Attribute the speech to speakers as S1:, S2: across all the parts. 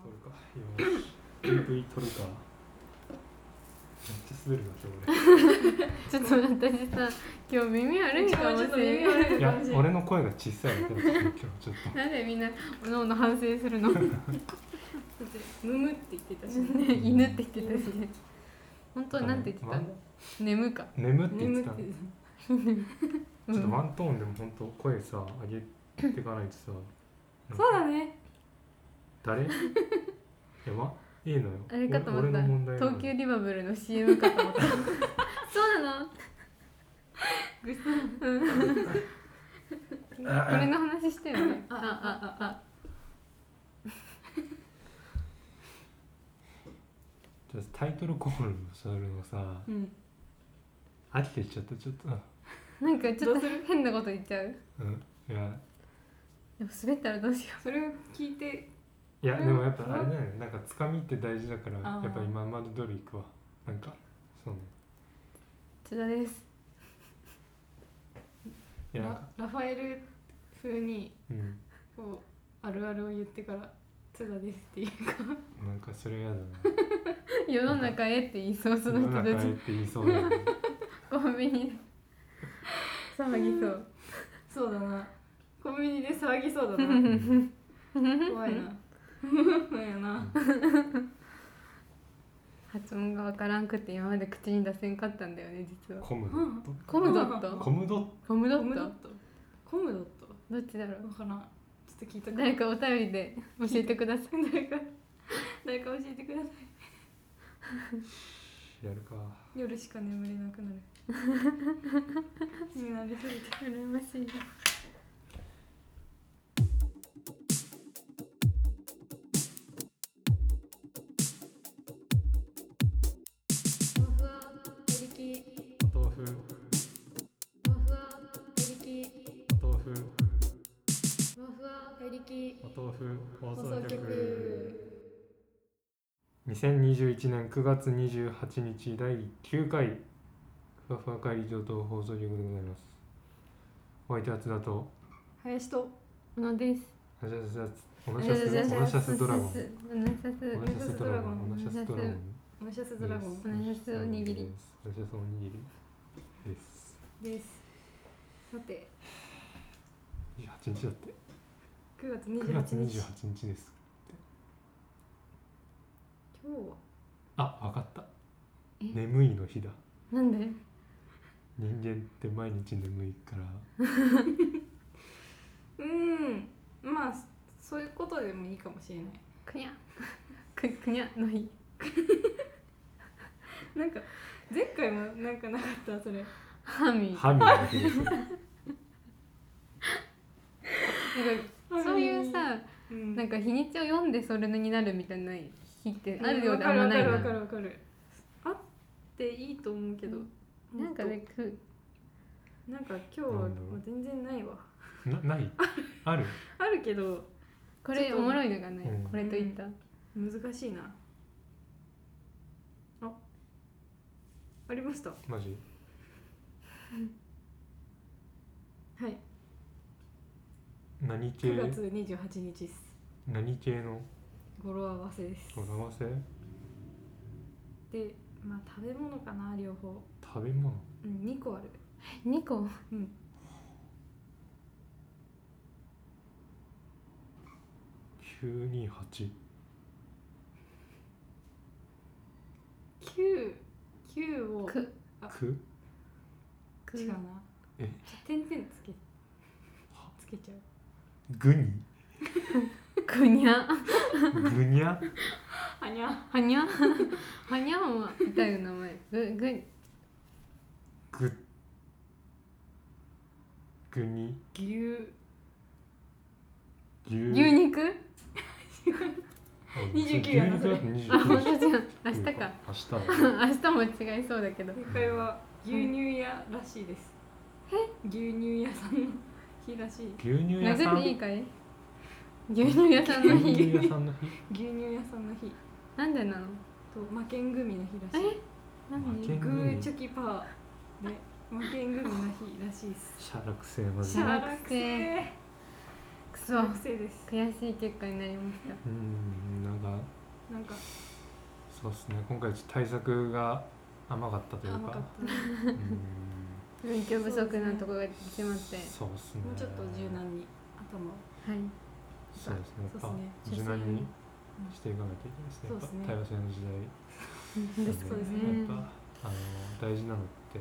S1: よし MV 撮るかめっちゃ滑るな今日
S2: ちょっと私さ今日耳悪いかもしれない
S1: 俺いや俺の声が小さい今日ちょっ
S2: なんでみんなおのおの反省するのね
S3: ムムって言ってたし、
S2: 犬って言ってたしね本当はなんて言ってた
S1: ワ
S2: ん
S1: ン
S2: だ眠か
S1: と眠って言っ
S3: ムム
S1: て
S3: ったて
S1: の
S3: 言って
S2: う
S1: ちょっと
S2: ん
S1: ワントーンでも本当声さ上げていかないとさ
S2: そうだね
S1: 誰やばいいのよ
S2: あれかと思
S1: 俺
S2: っ
S1: 俺
S2: た
S1: の問題なの
S2: 東急リバブルの CM かと思った
S3: そうなの。
S2: これの話してよね
S3: ああああ
S1: ちょっとタイトルコールもそれをさ
S3: うん。
S1: 飽きてきちゃったちょっと
S2: なんかちょっと変なこと言っちゃう
S1: うんいや
S2: でも滑ったらどうしよ
S3: それを聞いて、
S1: いや
S3: うん
S1: でもやっぱあれだよねなんかつかみって大事だから
S3: あー
S1: やっぱ今まで通り行くわなんかそうね
S2: う津田です
S1: いや
S3: ララファエル風に
S1: うん
S3: こうあるあるを言ってから津田ですっていう。
S1: なんかそれやだな
S2: 世の中へって言い そうその人
S1: 世の
S2: た
S1: 中へっ
S2: ち
S1: て言いそうだよ ね
S2: コンビニで騒ぎそう
S3: そうだな。コンビニで騒ぎそうだ
S1: う
S3: な。
S1: ん
S3: 怖い な。なんやな。
S2: 発音がわからんくて今まで口に出せんかったんだよね実は
S1: コムドット
S2: コムドット
S1: コムドッ
S2: コムド
S3: コム
S2: ッ
S3: ドッ
S2: ト
S3: ト。コムドット。
S2: どっちだろう
S3: わからん。ちょっと聞いた
S2: 誰かお便りで教えてください
S3: 誰か誰か教えてくださ
S1: トやるか
S3: い。夜しか眠れなくな る。になりすぎて。
S2: 羨ましい
S1: お豆腐お豆腐お豆腐放送局2021年9月28日第9回ふわふわ会議上等放送局でございますお相手は津田と
S3: 林と
S2: 小野です
S1: おなしゃすおなしゃすおなしゃすドラゴン
S2: おな
S1: おな
S2: しゃす
S1: しゃすドラゴンおな
S2: おな
S1: し
S2: し
S1: ゃ
S2: ゃ
S1: すド
S2: す
S1: ラゴン
S3: ムシャスドラゴン
S2: おなしゃすおにぎり
S1: ですおなしゃすおにぎりです
S3: です。さて、
S1: 28日だって
S3: 9月
S1: 9月
S3: 28日。
S1: 28日です
S3: 今日は
S1: あわかった
S2: え
S1: 眠いの日だ
S2: なんで
S1: 人間って毎日眠いから
S3: うーん、まあそういうことでもいいかもしれない。
S2: くにゃくくにゃの日
S3: なんか前回もなんかなかったそれ。
S2: ハミ
S1: ハミの日 です
S2: なんか そういうさ
S3: うん、
S2: なんか日にちを読んでそれになるみたいな日ってあるようで
S3: わ
S2: あんまない
S3: かる
S2: な
S3: わかるわかるわかる。あっていいと思うけど。
S2: なんかねく
S3: なんか今日は
S1: な
S3: も
S1: んだろう
S3: う全然ないわ。
S1: なないある
S3: あるけど
S2: これおもろいのがね
S1: うん
S2: これといった
S3: 難しいな。あ、ありました。は
S1: マジ
S3: い。
S1: 何系
S3: 9月28日です。
S1: 何系の
S3: 語呂合わせです。
S1: 語呂合わせ
S3: で、まあ食べ物かな両方。
S1: 食べ物
S3: うん、2個ある。
S2: 2個
S1: 928
S3: 9、9を
S2: く
S1: く
S2: く
S3: 違うな。
S1: え
S3: 点々つけ
S1: は
S3: つけちゃう。
S1: ぐに
S2: くにゃ
S1: ぐにゃ
S3: あにゃ。
S2: はにゃはにゃんはいたよ名前ぐぐ
S1: ぐぐに
S3: 牛。
S1: 牛
S2: 牛肉
S1: あ
S3: 29やなそれ
S1: 牛肉
S2: あ
S1: だって
S2: 本
S1: 29
S2: 当じゃん明日か
S1: 明日は
S2: 明日も違いそうだけど
S3: 正解は牛乳屋らしいです。え牛乳屋さんの日らしい。
S1: 牛乳屋さん
S2: 殴っていいかい牛乳屋さんの
S1: 牛
S2: 日
S1: 乳屋さんの日
S3: 牛乳屋さんの日
S2: なんでなの
S3: と負けん組の日らしい。
S2: え何
S1: 負けん
S3: グ
S1: 組
S3: ーチョキパーで負けん組の日らしいです。
S1: シャラクセ マジ
S2: シ
S1: で
S2: ャラく
S3: 小
S2: そ
S3: 学生です。
S2: 悔しい結果になりました
S1: うんなんかそうですね今回ちょっと対策が甘かったという
S3: 甘
S1: か
S3: かったね
S1: うん
S2: 勉強不足なところが出てしまって、
S1: そうですね
S3: もうちょっと柔軟に頭を
S2: はい
S1: そうですねやっぱ
S3: そうですね
S1: 柔軟にしていかなきゃいけないですね
S3: そ
S1: やっぱ多
S3: うですね
S1: 様性の時代
S2: そうで
S1: ですす
S2: ね
S1: ねやっぱあの大事なのって、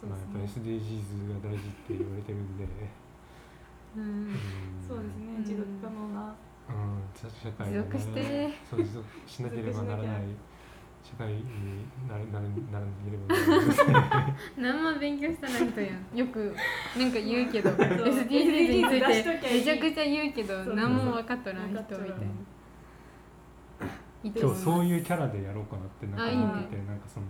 S3: そう
S1: まあ、やっぱ
S3: ですね
S1: SDGs が大事って言われてるん で
S2: うん
S1: うん
S3: そうですね
S2: うん
S3: 持続可能な
S1: うん社社会
S2: 持
S1: が
S2: 続して
S1: そう持続しなければならない社会になれなれならなければなら ない
S2: 何も勉強したない人や んよくなんか言うけど
S3: う
S2: SDGs につい
S3: SDGs 出しとき
S2: て
S3: ゃいい
S2: めちゃくちゃ言うけど
S3: そう
S2: 何も分かっとらん人
S3: 分
S2: み
S3: か
S2: た
S3: っ
S2: いな
S3: とらん
S2: いて
S1: 今
S2: も
S1: 日そういうキャラでやろうかなってなん
S2: あ
S1: か
S2: いいね
S1: 思っててなんかそ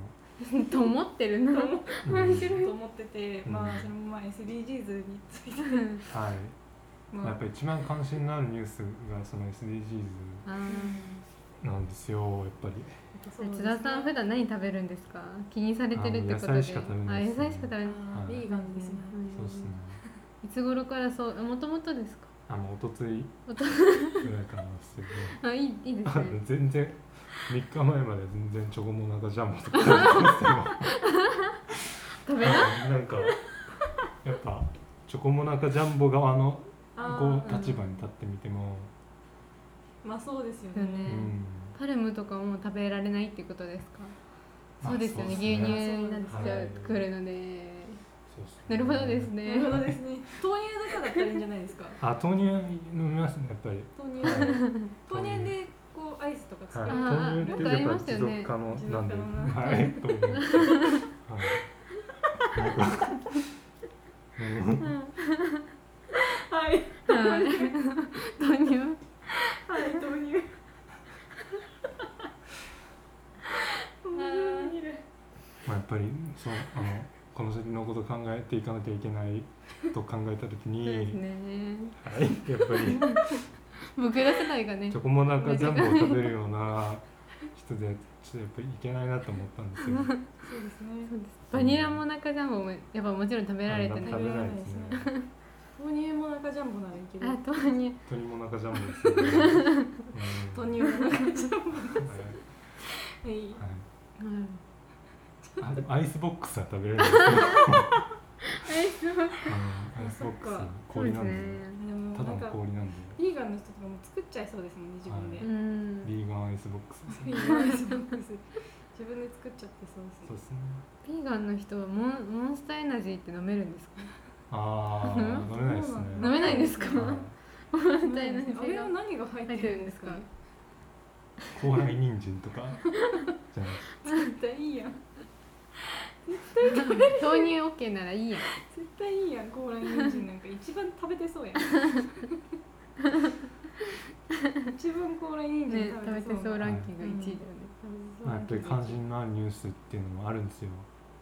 S1: の、
S2: と思ってるな
S3: と思っ
S1: うん
S3: てると思ってて
S1: うん
S3: まあそれもまあ SDGs について
S1: はい、まあや
S3: ま
S1: っぱ一番関心のあるニュースがその SDGs
S2: あ
S3: あ
S2: ー
S1: なんですよやっぱり
S2: 津田さん普段何食べるんですか気にされてるってことで
S1: あもう野菜しか食べないです
S2: あ野菜しか食べない
S1: は
S3: あー
S1: い
S3: ヴィーガンですね
S2: ん
S1: そうですね
S2: いつ頃からそうもともとですか
S1: あの一昨日
S2: おと
S1: ぐらいからなんですけど
S2: あいいいいです
S1: あ
S2: ね
S1: の全然3日前まで全然チョコモナカジャンボとか食べてましたよ
S2: 食べな
S1: あのなんかやっぱチョコモナカジャンボ側のこう
S3: ー
S1: 立場に立ってみても、
S3: まあそうですよ
S2: そう
S1: う
S2: ね
S3: ね
S1: ん、
S2: パルムとかも食べられないってことですかそうですよね
S1: まあ
S2: 牛乳
S1: そう
S2: になってきちゃうくるので、
S1: ですね
S2: なるほどです
S3: な
S2: ね
S3: るほどですね豆乳だけだったらいいんじゃないですか
S1: あ豆乳飲みますねやっぱり
S3: 豆
S1: は
S3: 乳
S1: い
S3: 豆乳でこうアイスとか
S1: は
S3: 作
S1: い
S3: る、
S2: あー
S1: 豆乳っていうやっぱ持続可能なんで、はいと思いますはいなんかうん
S3: はいはい
S2: はい 豆乳
S3: 豆乳豆乳いる
S1: まあ、やっぱりそうあのこの先のこと考えていかなきゃいけないと考えた時
S2: そ
S1: に、
S2: うですね
S1: はい、やっぱり
S2: 僕ら世代がね
S1: チョコモナカジャンボを食べるような人でちょっとやっぱりいけないなと思ったんですよ。
S3: そうですね
S2: そうですバニラモナカジャンボもやっぱもちろん食べられてない
S1: 食べられないですね。
S3: 豆乳も中ジャンボならいける
S2: あ豆乳
S1: 鶏も中ジャンボですよね。 うん
S3: 豆乳も中ジャン
S1: はい
S3: ボはい
S2: うん
S1: はいあでもアイスボックスは食べられないですね。
S2: アイスボッ
S1: うん
S2: ク
S1: アイスボックス
S3: そっか
S1: 氷なんで、
S3: でも
S1: ただ
S3: な
S1: の
S3: んか
S1: 氷なんで、
S3: ヴィーガンの人とかも作っちゃいそうですもんね自分で、
S1: は
S2: スうん
S1: ビーガンアイスボックスですね。
S3: ヴィーガンアイスボックス自分で作っちゃってそうですね
S1: そうですね。
S2: ビーガンの人はモンモンスターエナジーって飲めるんですか
S1: ああ、飲めないですね。
S2: 飲めないんですか
S1: はい
S2: モンスターエナジー
S3: あれは何が入ってるんですか
S1: 高麗人参とかじゃない
S3: 絶対いいやん
S2: 豆乳 OK ならいいやん
S3: 絶対いいやん高麗人参なんか一番食べ てそうやん一番高麗人参
S2: ね食べ
S3: 食
S2: て
S3: べて
S2: そ
S3: そうう
S2: ランキング1位だよね
S1: まあ、やっぱり関心のあるニュースっていうのもあるんですよ。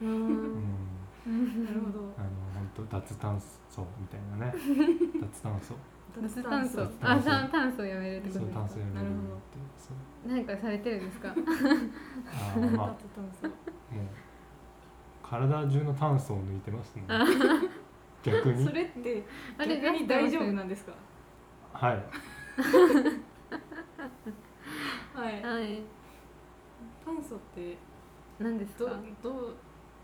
S2: う
S1: うん
S2: ん、
S3: なるほど
S1: あの本当脱炭素みたいな ね。脱炭素。
S2: 脱炭素
S1: 脱
S2: あ
S1: 炭素
S2: 酸炭素やめるってこ
S1: そ
S2: と
S1: う
S2: で
S1: 炭
S2: すか
S1: 素やめるってそう。
S2: なんかされてるんですか
S1: あーまあ
S3: 脱炭素
S1: もう体中の炭素を抜いてますね。逆に
S3: それって
S2: あれ
S3: 逆に大丈夫なんですか
S1: はい。
S3: はい
S2: はい
S3: 炭素って
S2: 何です
S3: ど
S2: か
S3: どう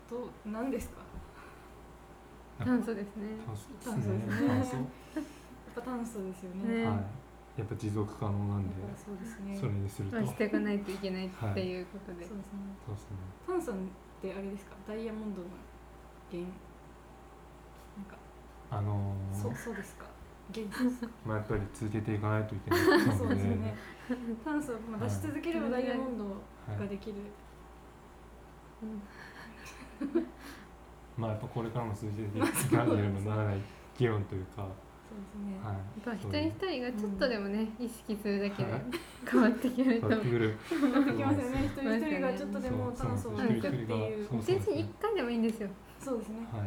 S3: どうなんですか
S2: 炭素ですね
S1: 炭素です
S3: 炭素です
S1: ね。
S3: ね
S1: 炭素。
S3: やっぱ炭素ですよ
S2: ね
S3: ね
S1: はい。やっぱ持続可能な
S3: だ
S1: ん
S3: から
S1: で、
S3: そうですね
S1: それにすると。
S2: ま
S1: そ
S2: あ
S1: う
S2: していかないといけないっていうことで、
S3: そうですね
S1: ですね。
S3: 炭素ってあれですかダイヤモンドの原なんか
S1: あのー
S3: そうそうですか原素ですか
S1: まあやっぱり続けていかないといけない
S3: そう
S1: の
S3: で
S1: です
S3: よ ね。炭素をまあ
S1: はい
S3: 出し続ければダイヤモンド
S1: はい
S3: ができる。
S1: まあやっぱこれからも続けていかなければならない議論というか、は
S3: そうですね。
S1: い、
S2: やっぱ一人一人がちょっとでもね、意識するだけで
S1: はい
S2: 変わってきると
S1: 変わっ
S2: 思う
S1: てくる。
S3: やってきますよね。一人一人がちょっとでも
S1: そう
S3: 炭素を
S1: そう
S3: 抜くっていう
S1: そう。
S2: 一日に一回でもいいんですよ
S3: そうですね。
S1: は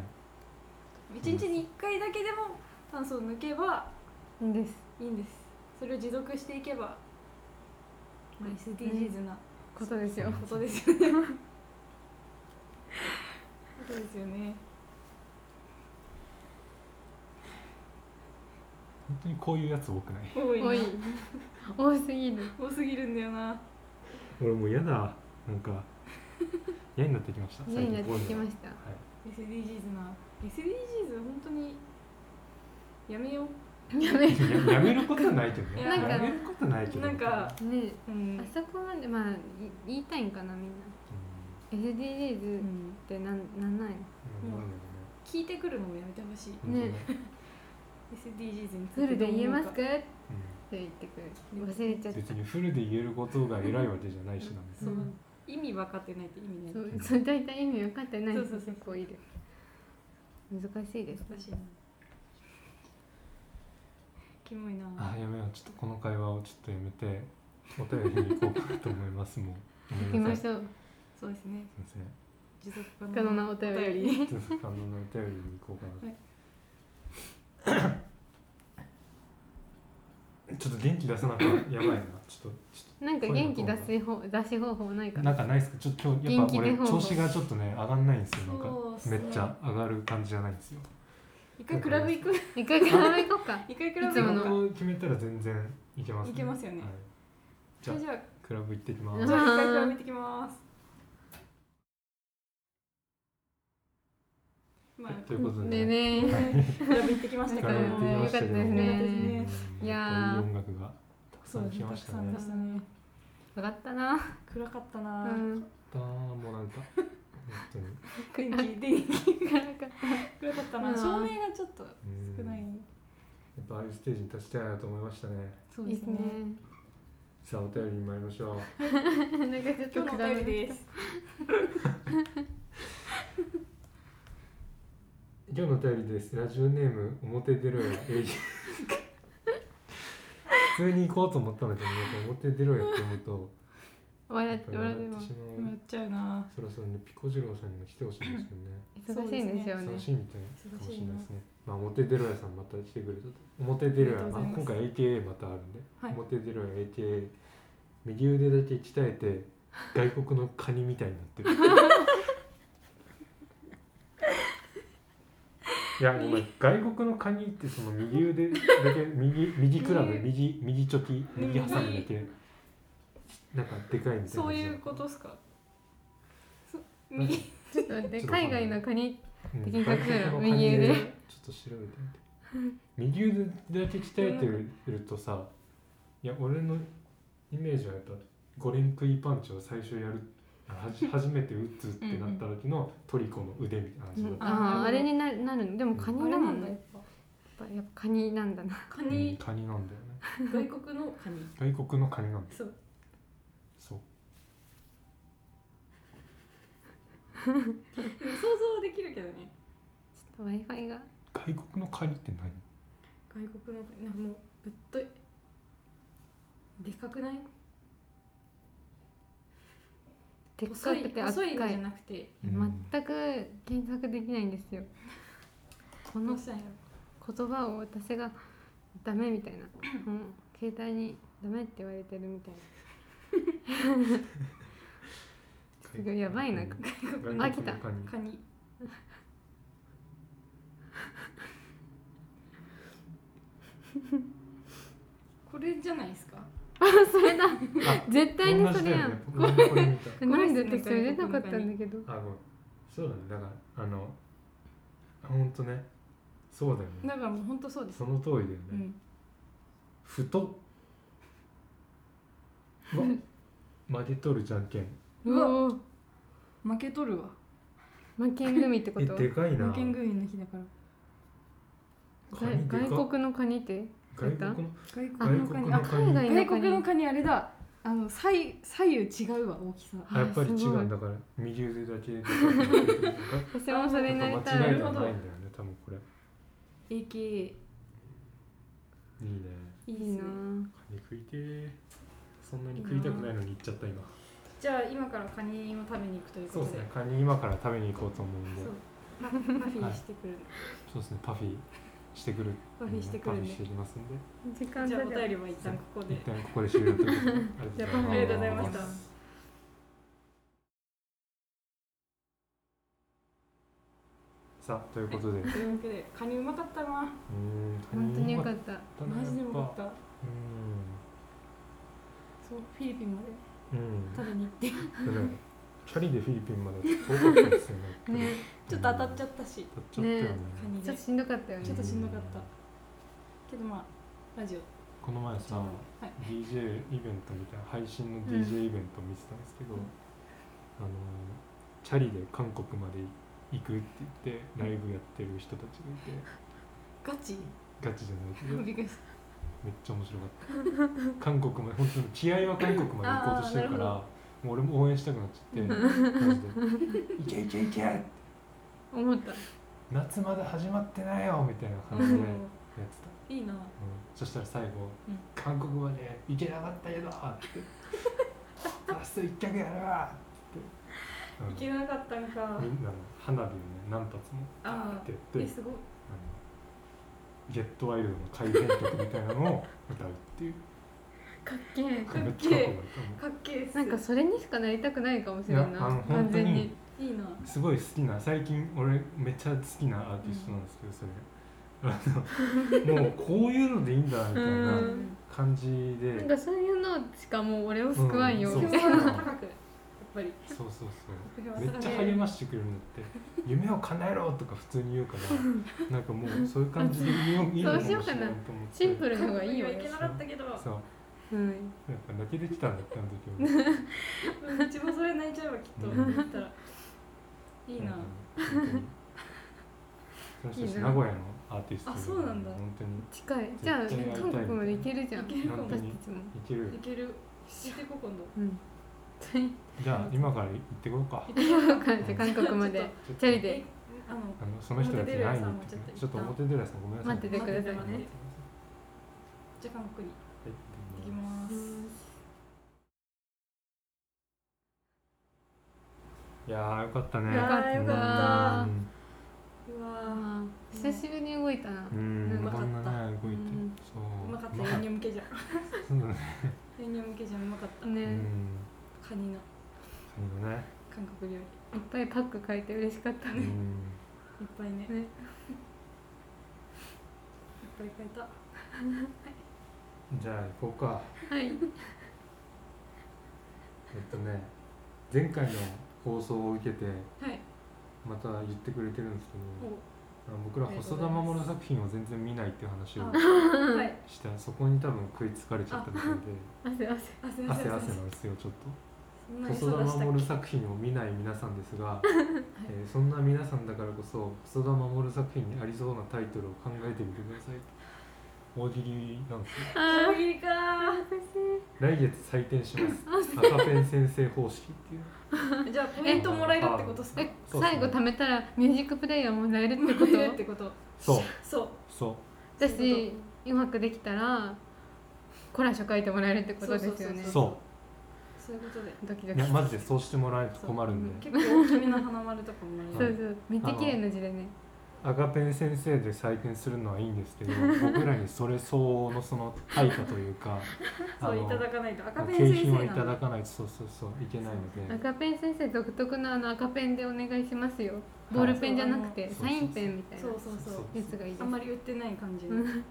S1: い、
S3: 一日に一回だけでも炭素を抜けば
S2: いいんです
S3: いいんです。それを持続していけば、まあ SDGs な
S2: ことですよ
S3: ことですよね。そうですよね。
S1: 本当にこういうやつ多くない。
S3: 多いな
S2: 多い多すぎる
S3: 多すぎるんだよな。
S1: 俺もう嫌だなんか嫌になってきました
S2: 嫌になってきま
S1: し
S2: した
S1: たはい
S3: SDGs な SDGs 本当にやめよ
S2: や め
S1: ややめることはないけどね。
S3: なん
S2: か
S1: やめることはないけ
S3: う
S1: ど。
S3: なんか、
S2: ね
S3: うん
S2: あそこまでまあい言いたいんかなみんな SDGs ってなんなんな
S1: うん、う
S2: いの
S1: ん
S3: 聞いてくるのもやめてほしい
S1: うん
S2: ね
S3: SDGs につ
S2: フ
S3: いて
S2: ルで
S3: どう思
S2: 言えま
S3: うか
S2: すかって
S1: う
S2: 言ってくる忘れちゃ
S1: ん
S2: った
S1: 別にフルで言えることが偉いわけじゃないしな。
S3: そう、
S2: うん
S3: 意味分かってないって意味
S2: そ
S3: ないう
S2: そう大体意味分かってない人
S3: そうそうそう
S2: 結構いる難しいです
S3: 難しいなキモいな
S1: あ、やめよう。ちょっとこの会話をちょっとやめて、お便りに行こうかと思います。もう。
S2: 行きまし
S1: ょう。
S2: ょう
S3: そうですね
S1: すみ
S3: 持続可
S2: 可能なお便り
S1: ません。ちょっとあのお便りに行こうか
S3: は
S1: な。 ちょっと元気出さなきゃやばいな。ちょっとちょ
S2: なんか元気出す方出し方法ない
S1: っ
S2: か
S1: と
S2: な
S1: なんかないですか。ちょっと今日やっぱ俺
S2: 元気出方
S1: 調子がちょっとね上がんないんですよ。なんか
S3: そうっす
S1: め
S3: ね
S1: っちゃ上がる感じじゃないんですよ。
S3: 一回クラブ行く
S2: 一回から行こうか
S3: 一回ク
S2: い
S3: ラブ
S2: つ
S3: 行
S2: も
S3: こう
S2: の
S3: か
S1: の決めたら全然いけます、
S3: いけますよね
S1: はいじゃあ
S3: じゃあ
S1: クラブ行ってきま
S2: う
S1: す
S2: ん
S3: じゃあ一回クラブ行ってきますまあ
S1: ということで
S2: で
S1: ね
S2: ね
S3: クラブ行ってきまし
S1: ク
S3: た
S1: ラ
S3: か
S1: ブ
S3: ら
S1: 行ってきましたけど
S2: よかったですね
S1: うん
S2: いや
S1: い
S2: ー
S1: い音楽がたくさん来ましたね
S3: たくさん来まし
S2: 分かったな
S3: 暗かった
S2: う
S3: な、
S2: ん
S1: だーもうなんか本当に
S3: 電 気電気暗かったな、
S2: うん
S3: 照明がちょっと少ない、
S1: うんやっぱああいうステージに立ちたいなと思いましたね
S3: そ
S2: いいですね
S1: さあお便りに参りましょう
S2: なんかちょっと
S3: 今日のお便りですす
S1: 今日のお便りですラジオネーム表出ろよ永遠普通に行こうと思ったので表出ろよって思うと
S2: 笑
S1: や
S2: っ
S1: っぱ
S2: て
S1: り
S2: 笑
S1: 笑っ
S2: っ
S1: てて
S2: も
S1: しま
S3: 笑
S1: う
S3: っちゃうな
S1: そろそろねピコ次郎さんにも来てほしいんですよね
S2: 忙しいんですよね
S1: 楽しいみたいかもしれないですね。まあ表出ろやさんまた来てくれたと。表出ろや、
S3: ありがと
S1: ま
S3: う
S1: あ
S3: ございます
S1: 今回 ATA またあるんで、
S3: はい
S1: 表出ろや ATA 右腕だけ鍛えて外国のカニみたいになって る。いやごめん外国のカニってその右腕だ け右右クラブ右右チョキ右ハサミだけなんかでかいみたいな感じだ。
S3: そういうことっすかそ
S1: なんか
S3: 右
S2: ちょっと待って海外のカニ
S1: うん
S2: で検索する
S1: 外
S2: の
S1: 国の
S2: 右腕
S1: ちょっと調べてみて右腕だけ鍛えてるとさいや俺のイメージはやっぱ5連クイパンチを最初やるあは じ初めて打つってなった時のトリコの腕みたいな感じだった、
S2: あああれにななるのでもカニ
S3: あれ
S2: だも
S3: なんんだ
S2: ね
S3: や
S2: や
S3: っ
S2: っ
S3: ぱ
S2: ぱやっぱカニなんだな
S3: カ
S1: うん
S3: ニ
S1: カニなんだよね
S3: 外国のカニ
S1: 外国のカニなんだよ
S3: そう
S1: そう
S3: 想像できるけどね
S2: ちょっと w i f i が
S1: 外国のカニって何
S3: 外国のなもうぶっといでかくない
S2: でっか
S3: 細い
S2: くて赤
S3: 細
S2: い
S3: いのじゃなくて
S1: うん
S2: 全く検索できないんですよこ
S3: ど
S2: の
S3: うしたんや
S2: 言葉を私がダメみたいな、 うん、携帯にダメって言われてるみたいなすごいやばいな
S1: うん
S3: ろ
S1: 外国の
S2: 飽きた
S1: カニ
S3: カニ これじゃないですか
S2: それだ
S1: あ
S2: 絶対にそれやん、
S1: 同じだよねこれ見 た
S2: なんで私それ出なかったんだけど
S1: あごめんそうだねだからあのほんとねそうだよね
S3: だからもう本当そうです
S1: その通りだよね、
S3: うん
S1: ふとうわ曲げとるじゃんけん
S3: う
S2: う
S3: わ
S2: わ
S3: 負けとるわ
S2: 負けん組ってこ
S1: え
S2: と
S1: でかいな
S3: 負けん組の日だから
S1: カニでか
S2: 外外国のカニって
S1: 外
S2: だっ
S1: 国の
S3: 外
S2: た
S3: 国のカニあ
S1: 外国のカニ
S2: 海外のカニ
S3: 外国のカニあれだあの左右左右違うわ大きさ
S1: あやっぱり違うんだから右腕だけでかくなってるとか
S2: 私もそれにな
S1: や
S2: り
S1: っぱ
S2: た
S1: 間違い
S2: い
S1: ではないんだよね多分これ
S3: AKA
S1: いいね
S3: い
S2: い
S3: い
S2: い
S3: ですね
S2: なぁ
S1: カニ食いてーそんなに食いたくないのに行っちゃった今
S3: じゃあ今からカニを食べに行くというこ
S1: そう
S3: と
S1: で
S3: です
S1: ねカニ今から食べに行こうと思うんで
S3: そうパパフィーしてくる、
S1: そうですねパフィーしてくる
S3: パフィーしてく
S1: パ
S3: る
S1: フィ
S3: ね
S1: ーしてきますんで
S2: 時間
S3: じゃあお
S2: 差
S3: 便
S2: で
S3: りは一旦ここで
S1: 一旦ここで終了とい うことで
S2: ありがとうござい
S3: ました
S1: さあということで、うーん
S3: というわけでカニうまかったな
S2: 本当によ
S1: カ
S2: か
S1: ニ
S2: った
S1: うま
S3: マジでうまかった
S1: うーん
S3: そうフィリピンまで
S1: うん
S3: 取りに行って
S1: でもキャリでフィリピンまで遠かったですよね
S2: ね
S3: ちょっと当たっちゃったし、
S1: 当たっちゃったよね
S2: ね
S3: カニ
S2: ちょ
S3: で
S2: っとしんどかったよ
S3: ちょ
S2: ね
S3: っとしんどかったけどまあラジオ
S1: この前さ
S3: はい
S1: DJ イベントみたいな配信の DJ イベント見てたんですけど、
S3: うん
S1: あのチャリで韓国まで行くって言ってライブやってる人たちがいて
S3: ガチ
S1: ガチじゃないけどめっ
S3: びっくりした
S1: ちゃ面白かった韓国まで本当に気合は韓国まで行こうとしてるから
S3: あー
S1: もう俺も応援したくなっちゃってマジ で「いけいけいけ
S2: 思った
S1: 夏まだ始まってないよ」みたいな感じでやってた。
S3: いいな
S1: うんそしたら最後、
S3: うん
S1: 韓国まで行けなかったけどってラスト一曲やるわっ
S3: 行
S1: て、
S3: けなかったんか
S1: うん、みんなの花火をね何発も
S3: あ
S1: って
S3: あ
S1: や
S3: え
S1: って
S3: すご
S1: あ
S3: い
S1: のゲットワイルドの改編曲みたいなのを歌うっていう
S2: かっけえ
S3: っ
S1: めっちゃ
S3: け
S1: かっ
S3: え
S1: こよかったも
S3: かっけえっす
S2: なんかそれにしかなりたくないかもし
S1: うい
S2: れな
S1: や
S2: い
S1: あの本
S2: 完
S1: 当
S2: 全
S1: に
S2: に
S3: いいな
S1: すごい好きな最近俺めっちゃ好きなアーティストなんですけど、それあのもうこういうのでいいんだみたいな
S2: うん
S1: 感じで、
S2: なんかそういうのしかもう俺を救わんよ
S1: うん
S2: み
S3: 目
S2: たい
S3: 標
S2: な
S3: は高くやっぱり
S1: そうそうそう
S3: 目標は
S1: めっ
S3: 高く
S1: ちゃ励ましてくれるのって「夢を叶えろ!」とか普通に言うからなんかもうそういう感じで言ういいのかもしれないと思って
S2: シンプル
S3: 韓
S2: の方がいい
S3: 国に
S2: よ
S3: は行けなかったけど
S1: そう
S2: うん
S1: やっぱ泣けてきたんだってあの時は
S3: うんうちもそれ泣いちゃえばきっと
S1: うん
S3: 行ったらいいな
S1: 本当にその人たち
S2: いいな
S1: 名古屋のアーティスト
S3: あそうなんだ
S1: 本当に
S2: 近いじゃあ
S1: 絶対やりたい
S2: 韓国まで行けるじゃん
S3: 行けるかも
S1: 本当
S2: 私
S1: に
S2: たちも
S1: いける
S3: 行ける行ってこ今 度
S2: うん本当に
S1: じゃあ今から行ってこようか
S3: 行ってこようか
S2: 感じ韓国ま
S3: ちょ
S2: で
S3: っと
S2: チャリ
S3: え
S2: で
S3: あの
S1: あのその人たちに会いに行って
S3: 表寺さんも
S1: ち
S3: ち
S1: ょ
S3: ょ
S1: っ
S3: っ
S1: と
S3: と
S1: 表寺さんごめんなさい
S2: 待っててください
S1: はい
S2: ね
S3: じゃあ韓国に
S1: 行
S3: 行
S1: っ
S3: き
S1: てみます
S3: ます
S1: いやーよかったね
S3: いやーよかっう
S2: あ
S3: わ
S2: ー久しぶりに動いたな
S1: うん、うん、
S3: うまか
S1: こ
S3: った
S1: んなね動いて
S2: うん
S1: そう
S3: ーうまかった
S1: うまか
S3: 輸
S1: っ
S3: 入向けじゃん
S1: たそうだね
S3: 輸入向けじゃんうまかった
S1: う
S2: ね
S1: ん
S3: カニの
S1: カニのね
S3: 韓国料理
S2: いっぱいパック書いて嬉しかった
S1: う
S2: ね
S1: ん
S3: いっぱいね
S2: ね
S3: いっぱい買えた
S1: じゃあ行こうか
S2: はい
S1: えっとね前回の放送を受けて
S3: はい
S1: また言ってくれてるんですけど
S3: お
S1: あの僕ら細田守の作品を全然見ないっていう話を
S3: あはい
S1: したそこに多分食いつかれちゃったみたい
S2: 汗汗
S3: あすい
S1: で
S3: ませ
S1: 汗
S3: ん
S1: 汗なんですよちょっと
S3: そんなに
S1: 細
S3: 忙し
S1: 田
S3: たっ
S1: 守
S3: け
S1: 作品を見ない皆さんです が、えーそんな皆さんだからこそ細田守作品にありそうなタイトルを考えてみてください大喜利なんですよ
S2: あ
S3: 大喜利か
S1: 来月採点し ます赤ペン先生方式っていう
S3: ーじゃあポイントもらえるってことっすか
S2: え
S1: そうっすね
S2: 最後貯めたらミュージックプレイヤーもらえるって こ
S3: もらえるっ
S2: と
S3: てこと
S1: そう
S3: そう
S1: そう
S2: 私うまくできたらコラ書書いてもらえるってことですよね
S3: そう
S1: そ
S3: そういうことで
S2: ドキド
S1: うい
S2: キ
S1: やマジでそうしてもらえると困るんで
S3: 結構大きめの花丸とかも
S2: そ
S3: らえ
S2: う
S3: る
S2: そうめっちゃ綺麗な字でね
S1: 赤ペン先生で採点するのはいいんですけ ど僕らにそれ相応のその対価というか
S3: そうい
S1: の
S3: ただかないと赤ペン
S1: 景
S3: 先生
S1: 品をい
S3: な
S1: た
S3: ん
S1: だ
S3: だ
S1: かないとそうそうそういけないので
S2: 赤ペン先生独特のあの赤ペンでお願いしますよボールペンじゃなくて
S1: い
S2: サインペンみたいな
S3: そうそうそう
S2: やつがいいです
S3: あんまり売ってない感じ
S2: う
S3: の
S2: ん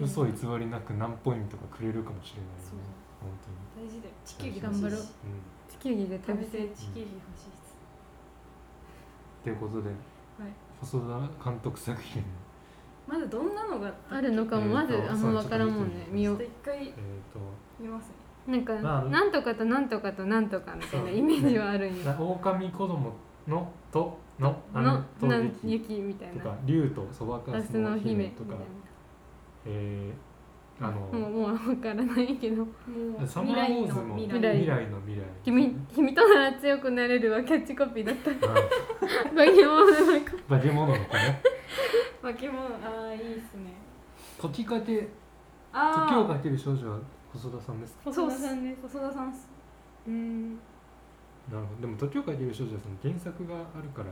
S1: 嘘偽りなく何ポイントかくれるかもしれないよ
S3: そう
S1: ね本当に
S3: 大事だよ地球儀
S2: 頑張ろう
S3: 欲し
S1: う
S3: いし
S1: ん
S2: 地球儀で食
S3: 食
S2: べ
S3: べ
S2: て
S3: て地球儀欲しいっす
S1: ということで、細田監督作品、
S3: まずどんなのが
S2: あるのかもまずあんま分からんもんね見
S3: ちょ
S2: よ
S3: っと
S2: う
S3: 一回
S1: えー、
S3: 見ますね
S2: なんか
S1: まあ
S2: なんとかとなんとかとなんとかみたいなイメージはあるん
S1: と
S2: よ
S1: な狼子供のとの
S2: の
S1: 姉
S2: な
S1: と
S2: ん
S1: 雪
S2: 雪みたい
S1: と
S2: な
S1: か竜とそばか
S2: ラ
S1: す
S2: スの
S1: の
S2: 姫
S1: 姫
S2: み
S1: と
S2: た
S1: か
S2: い、
S1: えー、あの、
S2: なもうもう分からないけど
S3: もう
S1: サマーウォーズも
S3: 未
S1: 未
S3: 来の
S1: 来
S3: 未来
S1: の未来
S2: 「君君となら強くなれる」はキャッチコピーだった
S1: あ
S2: バケモンの子
S1: 化け物の子ね
S3: 化け物ああいいっすね
S1: 時かけ
S3: あ
S1: 時を
S3: あ
S1: かける少女は細田さんですか
S3: そうっ
S2: 細田さんです
S3: 細田さんっす
S2: うん
S1: なるほどでも時をかける少女はその原作があるから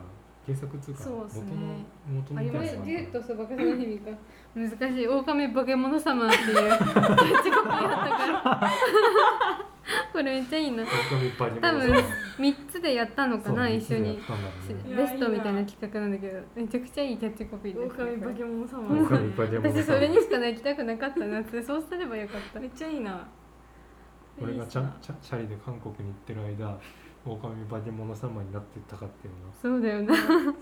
S1: 原作っつうか
S3: そうっすね
S1: 元の
S3: あり
S1: 元の
S3: ま
S1: や
S3: す
S1: つがあるから
S2: 竜とそばかすの日々か難しい「狼化け物様」っていうキャッチコピーだったから これめっちゃいいな
S1: 狼化け物
S2: 多
S1: さん
S2: 分3つでやったのかな
S1: そう
S2: 一緒
S1: い
S2: に
S1: つもやったんだろうね
S3: い
S2: ベ
S3: や
S2: ストみたいな企画なんだけどめちゃくちゃいいキャッチコピーです
S3: 狼化け物様
S1: 狼化け物
S2: 私それにしか泣きたくなかったなってそうすればよかった
S3: めっちゃいいな
S1: 俺がチ
S3: いい
S1: ャ
S3: さ
S1: チャチャリで韓国に行ってる間狼化け物様になってたかっていうの
S2: そうだよな
S3: そうなってたかっ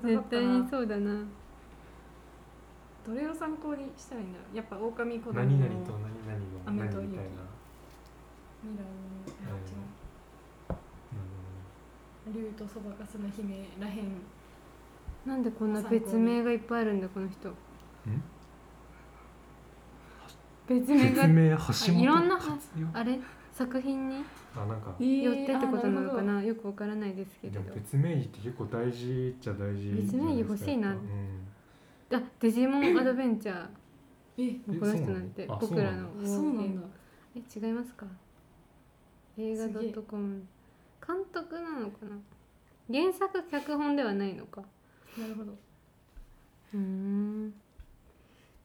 S3: たな
S2: 絶対にそうだな
S3: どれを参考にしたらいいんだろうやっぱ狼子供の
S1: 何
S3: ミ
S1: 々
S3: ラ
S1: と何々の何みたいな
S3: ーのあ違う
S1: う
S3: 竜とそばかすの姫らへん
S2: なんでこんな別名がいっぱいあるんだこの人別名
S1: ん
S2: が
S1: 説明橋本
S2: いろんな
S1: 達代
S2: あれ作品に
S1: あなんか
S2: よってってことなのか
S3: あ
S2: な,、よくわからないですけ
S1: で
S2: れど
S1: も別名義って結構大事っちゃ大事
S2: 別名義
S1: じゃですか
S2: 欲しいな
S1: やっぱうん
S2: あデジモンア ドベンチャ
S3: るほどえ
S2: ーもうこの人なんて
S1: えそうなのあ
S2: 僕らの
S3: あそうなんだ
S2: え違いますか映画 .com 監督なのかな原作脚本ではないのか
S3: なるほど
S2: うーん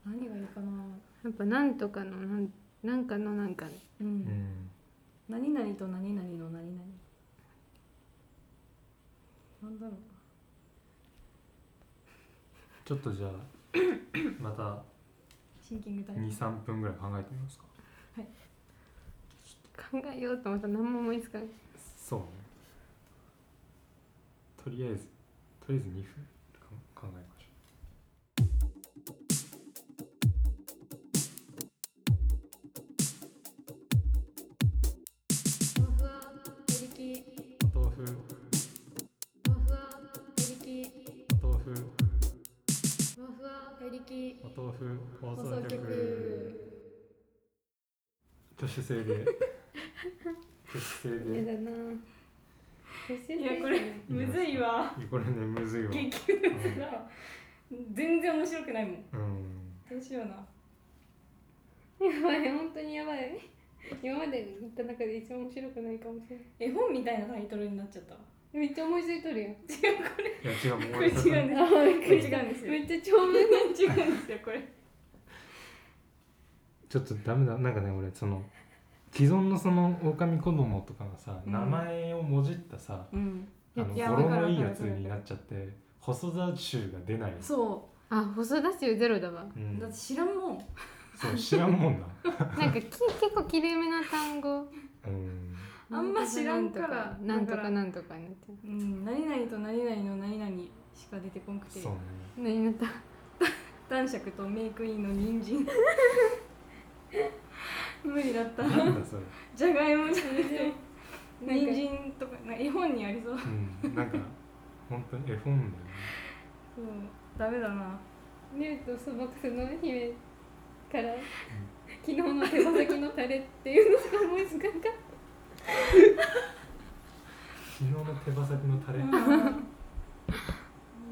S3: 何がいいかな
S2: やっぱなんとかのなんなんかのなんかね
S3: う
S1: うんん
S3: 何々と何々の何々なんだろう
S1: ちょっとじゃあまた
S3: シンキングタイム
S1: 23分ぐらい考えてみますか
S2: 考えようと思ったら何も思いつかない
S1: そうねとりあえずとりあえず2分か考えましょ
S3: ふわふわエリキ
S1: うお豆腐
S3: ふわふわエリキ
S1: お豆腐
S3: ふわふわエリキ
S1: お豆腐放
S3: 放
S1: 送
S3: 送
S1: 局
S3: 局
S1: 挙手 制で挙手制で
S2: やだなぁ
S3: いやこれむずいわ
S1: いやこれねむずいわ
S3: 激ムズだわ全然面白くないもん
S1: うん
S3: どうしような
S2: やばい本当にやばい今まで行った中で一番面白くないかもしれない
S3: 絵本みたいなタイトルになっちゃったわ
S2: めっちゃ思いついとるやん
S1: いや違うもう
S3: こ
S1: 俺
S3: れ違うんです
S1: さ
S3: 違うんですよ
S2: めっちゃ長文
S3: 違うんですよこれ
S1: ちょっとダメだなんかね俺その既存のその狼子供とかのさ、
S3: うん
S1: 名前をもじったさ
S3: うん
S1: あ
S2: いや
S1: の語呂のいいやつ
S2: わかるわかるわかる
S1: になっちゃって細田衆が出ない
S3: そ
S2: あ細田衆ゼロだわ
S1: うん
S3: うだって知らんもん
S1: そう知らんもんな
S2: なんかき結構きれいめな単語
S1: うん
S3: あんま知らんから
S2: なんと
S3: だ
S2: か
S3: から
S2: なんとかになっちゃ
S3: うん何々と何々の何々しか出てこんくて
S1: そうね
S2: う何になった
S3: 男爵とメイクインの人参無理だ った
S1: なんだそれ
S3: じゃがいもじゃなくて
S2: なんか
S3: 人参とかなんか絵本にありそう
S1: うんなんか本当に絵本だよね
S3: そうダメだな
S2: 竜とそばくすの姫から昨日の手羽先のタレっていうのしか思いつかんかっ
S1: 昨日の手羽先のタレ、
S2: た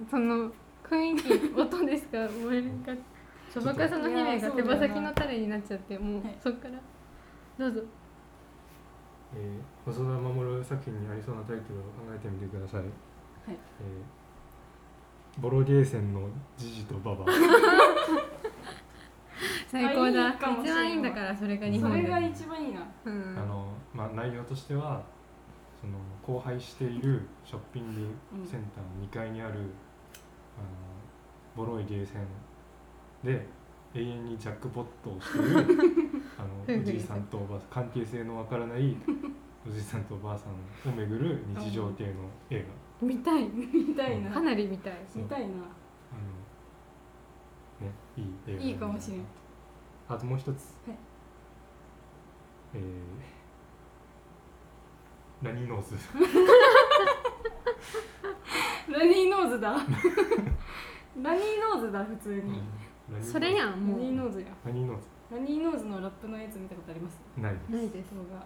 S2: その雰囲気音でしか思えなかったそばかすの姫が手羽先のタレになっちゃってもう
S3: はい
S2: そっからどうぞ
S1: えー細田守作品にありそうなタイトルを考えてみてください、はいえーボロゲーセンのジジとババ
S2: 最高だ
S3: あいいかも
S2: 一
S3: しれんわ
S2: 番いいんだからそれが日
S3: そ
S2: 本
S3: れ
S2: で
S3: が一番いいな
S2: うん
S1: あの、まあ、内容としてはその荒廃しているショッピングセンターの2階にある、あのボロいゲーセンで永遠にジャックポットをしているあのおじいさんとおばあさん関係性のわからないおじいさんとおばあさんを巡る日常系の映
S2: 見たい
S3: 見たいな
S2: かなり見たい
S1: そう
S3: 見たいな
S1: 画あの、ね、いい映画
S3: いいかもしれん
S1: あともう一つ、
S3: はい
S1: えーラニーノーズ
S3: ラニーノーズだラニーノーズだ普通
S1: ラ
S3: に、
S1: ニーノーズ
S2: それやんも
S3: ラニー
S2: う
S3: ノーズや
S1: ラニーノーズ
S3: ラニーノーズのラップのやつ見たことあります
S1: ない
S2: ないです
S3: 動画あ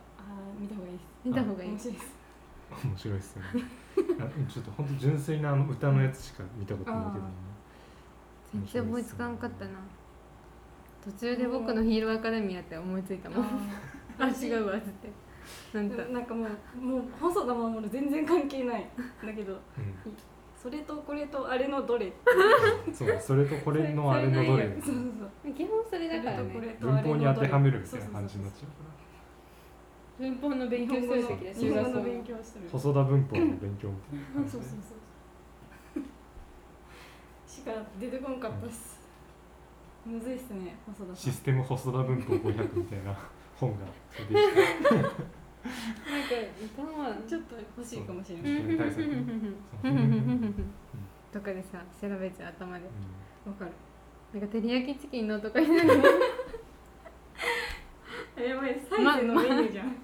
S3: ー見た方がいいです
S2: 見た方がいい
S3: 面白いです
S1: 面白いっすよねあちょっと本当純粋なあの歌のやつしか見たことないけど、ね、
S2: 全然思いつかんかったな途中で僕のヒーローアカデミアって思いついたもんあ違うわっつってなんか
S3: ななんかもうもう細田守る全然関係ないだけどそれとこれとあれのどれ
S1: うん、そうそれとこれのあれのどれ
S3: そうそうそう
S2: 基本それだから
S3: これ
S2: ね
S3: と
S1: 文
S3: あれのどれ
S1: 法に当てはめるみたいな感じになっちゃうから
S2: 文法の勉
S3: 日
S2: 強
S3: 本
S2: す
S3: 語の
S2: る時だ
S3: 日
S2: 中
S3: 本
S2: 学
S3: 語
S2: 校
S3: の勉強してる
S1: 細田文法の勉強みたいな
S3: そ
S1: 感じで
S3: うそうそうそうしか出てこんかったっすむずいっすね細田さ
S1: システム細田文法500みたいな本が出てきて
S3: ちょっと欲しいかもしれない
S1: そう人対策ね
S2: とかでさ調べちゃう頭で
S1: う
S3: わかる
S2: なんか照り焼きチキンのとかになる
S3: やばいサイズのメニューじゃん、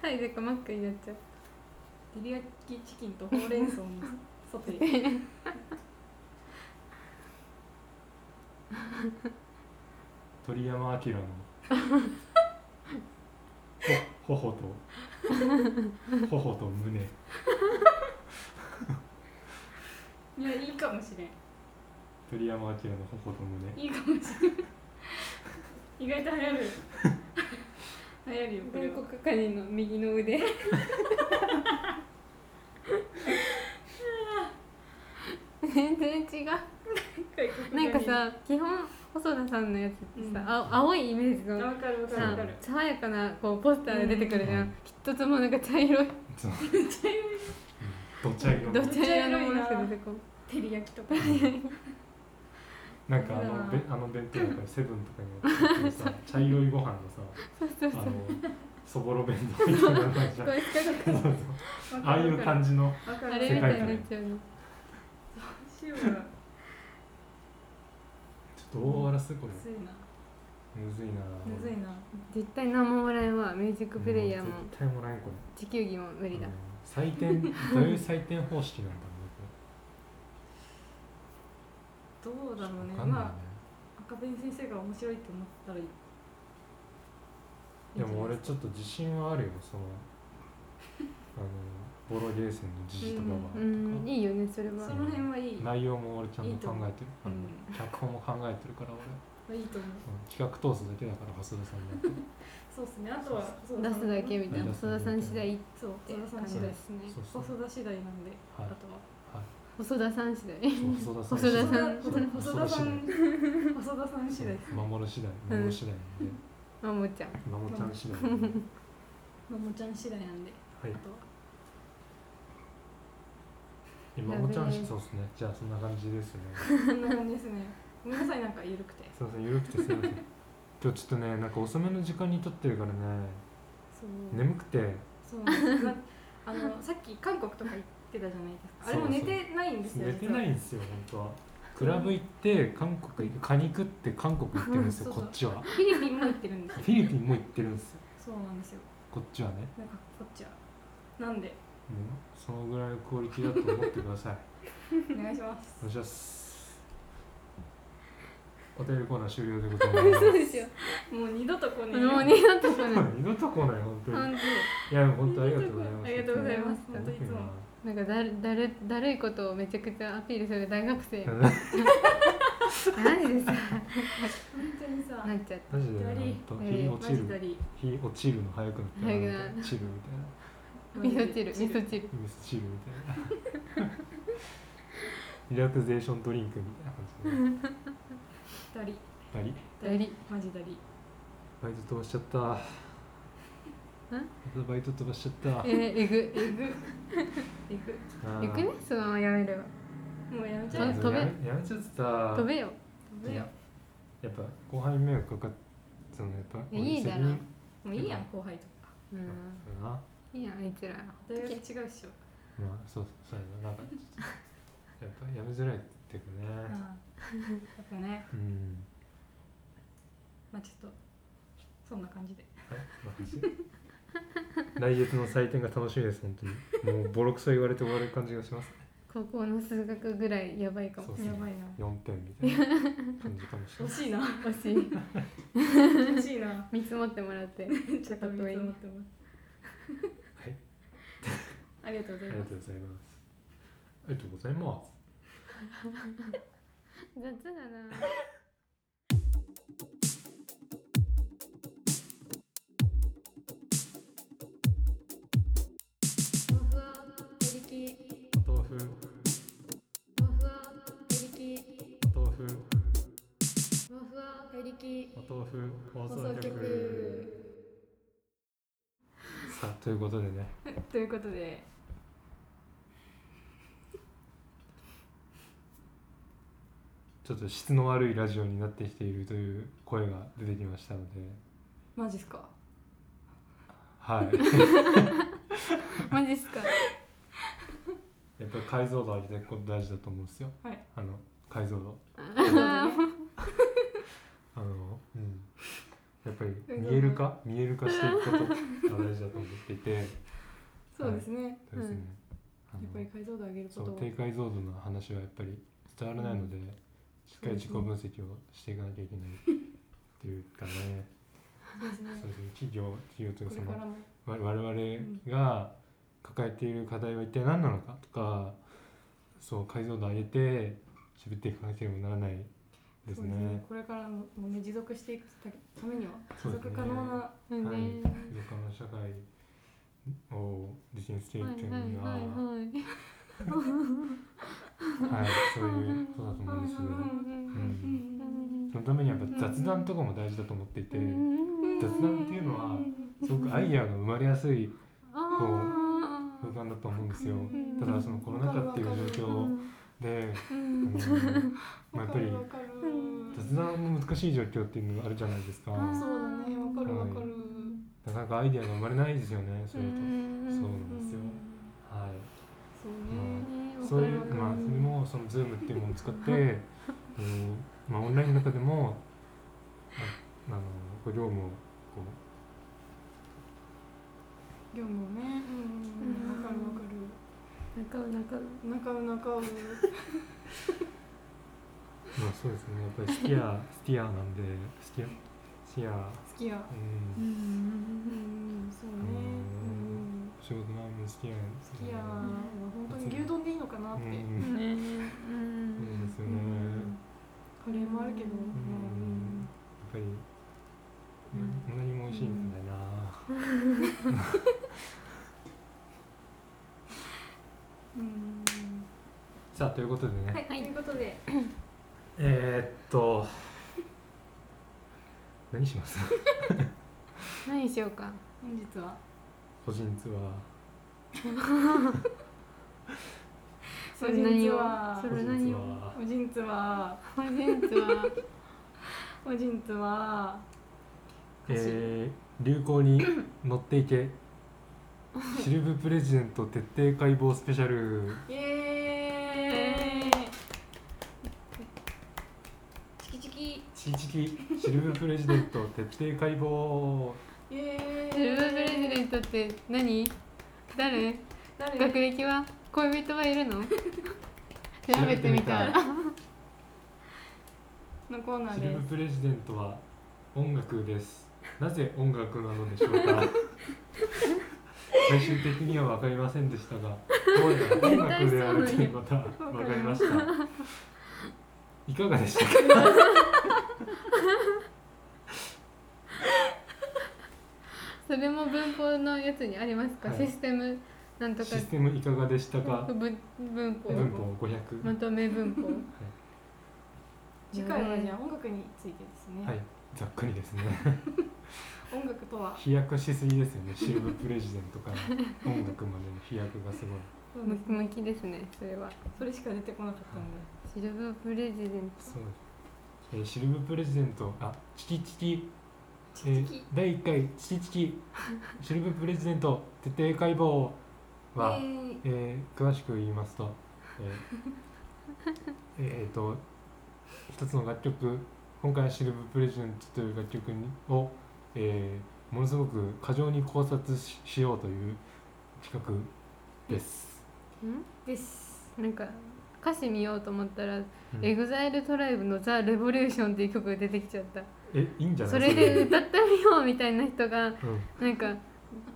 S2: サイズかマックになっちゃう
S3: 照り焼きチキンとほうれん草のソテ ー
S1: 鳥山明のほ 頬と頬と胸
S3: いやいいかもしれん
S1: 鳥山明の頬と胸
S3: いいかもしれない意外と流行る流行るよこれ
S2: 全
S3: は
S2: 国カニの右の腕全然違うなんかさ基本細田さんのやつってさ、
S3: うん
S2: あ青いイメージ
S3: あわ
S2: の
S3: かるわかるわ
S2: さ
S3: かる
S2: 爽やかなこうポスターで出てくるじゃん、
S1: うん
S2: きっとつもなんか茶色い
S1: そう
S3: 茶色い
S1: どっちゃいの
S2: どちらのものしか出てこない
S3: 照り焼きとか
S1: なんかあのべあの弁当とかセブンとかに売ってるさ茶色いご飯のさあのそぼろ弁当みたいなのあるじゃん
S2: これ近く
S1: そうそう
S3: わ
S1: ああ
S3: か
S1: い
S3: る
S1: う
S3: わかる
S1: 感じの
S3: わかる
S2: あれみたいになっちゃうの
S3: 塩が
S1: ちょっと大終わらすこれ
S3: むずいな
S1: むずいな
S3: むずいな
S2: 絶対何ももらえんわミュージックプレイヤーも
S1: うん絶対もらえんこれ
S2: 地球儀も無理だ
S1: うん採点どういう採点方式なんだろ
S3: どうだろう
S1: うね
S3: ね
S1: 分かんないね
S3: まあ赤ペン先生が面白いって思ったらいい
S1: でも俺ちょっと自信はあるよそのあのボロゲーセンの時事とかは
S2: うんいいよねそれは
S3: その辺はいい、
S1: とか内容も俺ちゃんと考えてるあ
S3: いいと思う
S1: の脚本も考えてるから俺
S3: いいと思
S1: う
S3: う
S1: ん企画通すだけだから細田さんだと
S3: そうっすねあとはそう
S2: 出すだけみたいな
S1: 出すだけ
S2: 細田さん次第っ
S3: そう
S2: て
S3: 細田さ
S2: 感
S3: ん
S2: じ
S3: 次
S2: で
S3: 第
S2: すね
S1: そうそう
S3: 細田次第なんで、
S1: はい
S3: あとは
S2: 細田さん次第
S1: そう細田さん
S2: 細田
S1: 次
S2: さん
S3: 細田細田さん細田さん次
S1: 第
S3: 第
S1: そう守る次第守る次第なんで
S2: まもちゃん
S1: 守ちゃん次第なんで
S3: ももちゃん次第なんで
S1: はい
S3: あとは
S1: 今もちゃんしそうですねじゃあそんな感じですね
S3: こんな感じですねごめんなさいなんか緩くて
S1: すいません緩くてすいません今日ちょっとねなんか遅めの時間に撮ってるからね
S3: そう、
S1: 眠くて
S3: そうなんですな あのさっき韓国とか行ってたじゃないですかあれも寝てないんですよ
S1: 寝てないんですよ本当はクラブ行って韓国行くカニ食って韓国行ってるんですよ
S3: そう
S1: こ
S3: そう
S1: っちは
S3: 実はフィリピンも行ってるんです
S1: フ
S3: よ
S1: ィリピンも行ってるんですよ
S3: そうなんですよ
S1: こっちはねも
S3: なんかこっちはなんで
S1: うそのぐらいのクオリティだと思ってください
S3: お願いします
S1: お願いしますお便りコーナー終了でございま
S2: そうですよ
S3: もう二度と来ねえよ
S2: もう二度と来ない
S1: す二度と来ない本当に
S2: 本
S1: いやでも本当ありがとうございます
S3: ありがとうございます
S1: 本当に
S3: 本当いつも
S2: 当なんかだるだるだるいことをめちゃくちゃアピールする大学生
S1: うんマ
S2: 何 でさ
S3: 本当にさ
S2: なっちゃって
S1: ジで
S3: だり
S1: ね本当
S2: え
S1: 日
S2: ー
S1: 落
S3: マ
S1: ち
S3: ジだ
S1: る
S3: り
S1: 日落ちるの早くなって
S2: 早くなる
S1: 落ちるみたいな
S2: 味噌汁味噌汁
S1: ミスチルみたいなリラクゼーションドリンクみたいな感
S3: だり
S1: じでやり
S2: だり
S3: マジだり
S1: バイト飛ばしちゃったまたバイト飛ばしちゃった
S2: えー、えぐ
S3: えぐえぐ
S1: あー
S2: よくねそのままやめれば
S3: もうやめち
S1: い
S3: ゃ
S1: や
S3: え
S2: と飛べ
S1: やめやめちゃった
S2: 飛べよ
S3: 飛べ
S1: い
S3: よ
S1: ややっぱ後輩に迷惑かかったのやっぱ
S2: いやいいだ
S1: 俺責
S2: ろ
S1: 任
S3: もういいやん後輩とか
S2: う
S1: だ
S2: ん
S1: からない
S2: いやんあいつら
S3: 大学違うっしょ
S1: まあそうそうやななんかちょっとやっぱやめづらいっていうか
S3: あ
S1: ね
S3: やっぱね
S1: うん
S3: まあちょっとそんな感じで
S1: はいまあ私来月の採点が楽しみです本当にもうボロクソ言われて終わる感じがします
S2: 高校の数学ぐらいやばいかも
S1: そう
S3: やばいな
S1: 4点みたいな感じかもしれ
S3: 惜
S1: ない。
S3: しいな
S2: 欲しい
S3: 惜しいな
S2: 見積もってもらって
S3: ちょっと見積もってます
S1: はい、
S3: ありがとうご
S1: あ
S3: ざい
S1: りが
S3: ます
S1: とうございます。ありがとうございます。
S2: 雑だなふわふわペリキ
S1: お豆腐、
S2: ふわふわペリキ
S1: お豆腐、
S2: ふわふわペリキ
S1: お豆腐、放
S3: 放送
S1: 送局。
S3: 局
S1: さあ、ということでね、
S3: ということで
S1: ちょっと質の悪いラジオになってきているという声が出てきましたので。
S3: マジっすか
S1: はい
S2: マジっすか
S1: やっぱり解像度を上げていくこと大事だと思うんですよ、
S3: はい
S1: あの解像度
S2: あー
S1: あの、うん、やっぱり見える化見える化していくことが大事だと思っていて
S3: そうですね、
S1: そうですね、あの
S3: やっぱり解像度上げるこ
S1: そ
S3: と
S1: う低解像度の話はやっぱり伝わらないので、しっかり自己分析をしていかなきゃいけないっていうかね
S3: そうですね
S1: そうですね企業企業という
S3: こ
S1: か
S3: れ
S1: そ
S3: から
S1: の
S3: も
S1: 我々が抱えている課題は一体何なのかとかそう解像度を上げて喋っていかなければならないです
S3: そうですね
S1: ね。
S3: これからももうね持続していくためには
S1: そ
S3: 持
S1: うですね
S3: 続可能な、
S2: うん
S1: はい
S2: ね
S1: 自動化の社会を実現してい
S2: は
S1: く
S2: いはい
S1: ために は、
S2: は
S1: はい
S2: いはい
S1: そういうことだと思うんですよ、
S3: はいはいはい
S1: うんそのためにはやっぱ雑談とかも大事だと思っていて、雑談っていうのはすごくアイデアが生まれやすい
S2: あ
S1: 空間だと思うんですよ
S2: うん
S1: ただそのコロナ禍っていう状
S2: ー
S1: 況で、
S2: うん
S1: うんまあ、や
S3: わ
S1: っ
S3: か
S1: ぱり
S3: るわかる
S2: うん
S1: 雑談の難しい状況っていうのがあるじゃないですか
S2: あー
S1: な
S3: そうだねわかるわかる、
S1: かなかアイデアが生まれないですよねそれだと、
S2: うん
S1: そうなんですよ、はい
S3: そう
S1: うん
S3: ね、
S1: そういう
S2: わかる
S1: まあそれもその Zoom っていうものを使 って、うんまあ、オンラインの中でもああのこう業務をこ
S3: 業務をねうんわかるわかる
S2: 中を中を
S3: 中を中を
S1: う、まあ、そうですねやっぱりステ ィアスティアなんでスティアスティア、
S3: 好きや
S1: う、
S2: うん
S3: うんそうねうん
S1: 仕事の合間のスティアです
S3: 好きやは本当に牛丼でいいのかなっ
S1: う
S3: て、
S1: ん、
S2: ね
S1: そうですよ
S3: う
S1: ね、
S3: んカレーもあるけど、う
S1: うん
S3: ん
S1: やっぱり、うん、こんなにも美味しいんだよな、
S3: うん
S1: さあということでね、
S3: はい、ということで
S1: えー、っと何します
S2: 何しようか
S3: 本日は
S1: 個人ツアー
S2: それ何を
S3: そ
S2: そ
S3: れ
S2: れ何を
S1: は
S3: おじんつは
S2: コンテンツは
S3: おじんつは
S1: えー、流行に乗っていけシルブプレジデント徹底解剖スペシャル
S3: イエーイチキチキイ
S1: チキチキシルブプレジデント徹底解剖
S3: エーイ
S2: シルバープレジデントって何誰
S3: 誰
S2: 学歴は恋人はいるの調べてみた
S3: のコーナー
S1: シ
S3: で
S1: ル
S3: す
S1: ブプレジデントは音楽ですなぜ音楽なのでしょうか最終的には分かりませんでしたがどうやら音楽であるということは分かりましたいかがでしたか
S2: それも文法のやつにありますか、
S1: はい
S2: システムなんとか
S1: システムいかがでしたか
S2: 文文法
S1: 文法500、
S2: まとめ文法
S3: 次回はじゃあ音楽についてですね、
S1: はい、ざっくりですね。
S3: 音楽とは
S1: 飛躍しすぎですよね。シルブプレジデントから音楽までの飛躍がすごい。
S2: ムキムキですねそれは
S3: それしか出てこなかったんで
S2: シルバープレジデン
S1: そうです。えーシルブプレジデント、あ、チキチキ。えー
S3: チキチキ
S1: 第一回チキチ キ。シルブプレジデント徹底解剖は、えー詳しく言いますと、 えーえーと一つの楽曲、今回はシルブプレジデントという楽曲にを、えーものすごく過剰に考察ししようという企画です。
S2: トん
S3: です
S2: なんか歌詞見ようと思ったら、
S1: うん
S2: エグザイルトライブのザレボリューションっていう曲が出てきちゃった。
S1: え、いいんじゃない
S2: それで歌ってみようみたいな人が
S1: うん
S2: なんか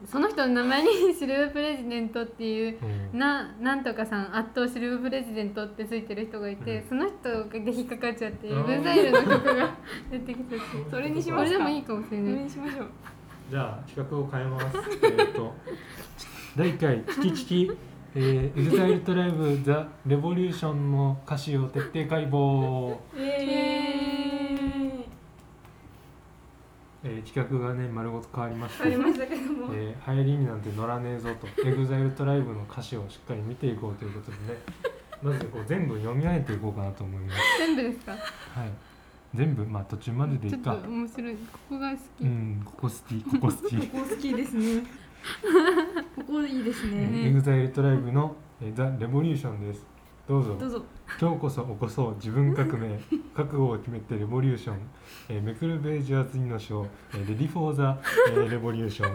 S2: その人の名前に シルバープレジデントっていう。
S1: うん
S2: ななんとかさん圧倒シルバープレジデントってついてる人がいて、
S1: うん
S2: その人で引っかかっちゃってエ
S1: あー
S2: グザイルの曲が 出てきちゃっ
S3: それに
S2: て
S3: し
S2: こ
S3: ま
S2: れ
S3: す
S2: で
S3: か
S2: もいいかもしれ
S3: そ
S2: な
S3: れ
S2: い
S3: にしましょう
S1: じゃあ企画を変えます。えっと第1回チキチキ、えー、EXILE トライブザレボリューションの歌詞を徹底解剖。
S3: イエーイ
S1: えー、企画がね丸ごと変わりまし
S3: あ
S1: て
S3: り、ましたけども、
S1: えー、流行りになんて乗らねえぞと EXILE トライブの歌詞をしっかり見ていこうということでね。まずこう全部読み上げていこうかなと思います。
S2: 全部ですか
S1: はい。全部まあ途中まででい
S2: ちょ
S1: い
S2: っと
S1: か
S2: 面白いここが好き、
S1: うんここ好きここ好き
S3: ここ好きですね ここいいですね
S1: エグザイルトライブの「えザ・レボリューション」ですどうぞ
S3: どうぞ
S1: 今日こそ起こそう自分革 命覚悟を決めてレボリューション、えーめくるページは次の章、えーレディフォーザ、えーレボリューションえ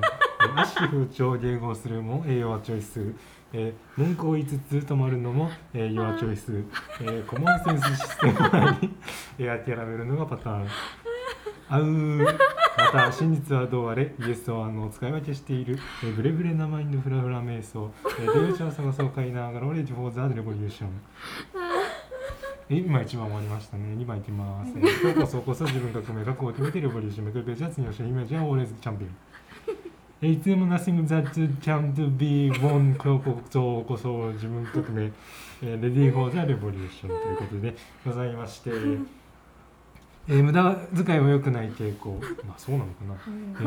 S1: ー悪しき風潮を迎合するも、えー、弱チョイス、えー文句を言いつつ止まるのも、えー、弱チョイス、えーコモンセンスシステム内に、 えー諦めるのがパタ ーンあうーまた真実はどうあれイエスはあの使い分けしている、えーブレブレなマインドフラフラ瞑想、えー、出口を探そうかいながらレディフォーザレボリューション今一番終わりましたね。二番いきます。えー今日こそこそ自分が組め覚悟を決めてレボリューションめくるページは次の人イメージはオーレンズチャンピオン。えーいつでも nothing that can to be won 今日こそこそ自分革命、えー、レディー・フォー・ザ・レボリューションということでございまして、えー無駄遣いは良くない傾向まあそうなのかな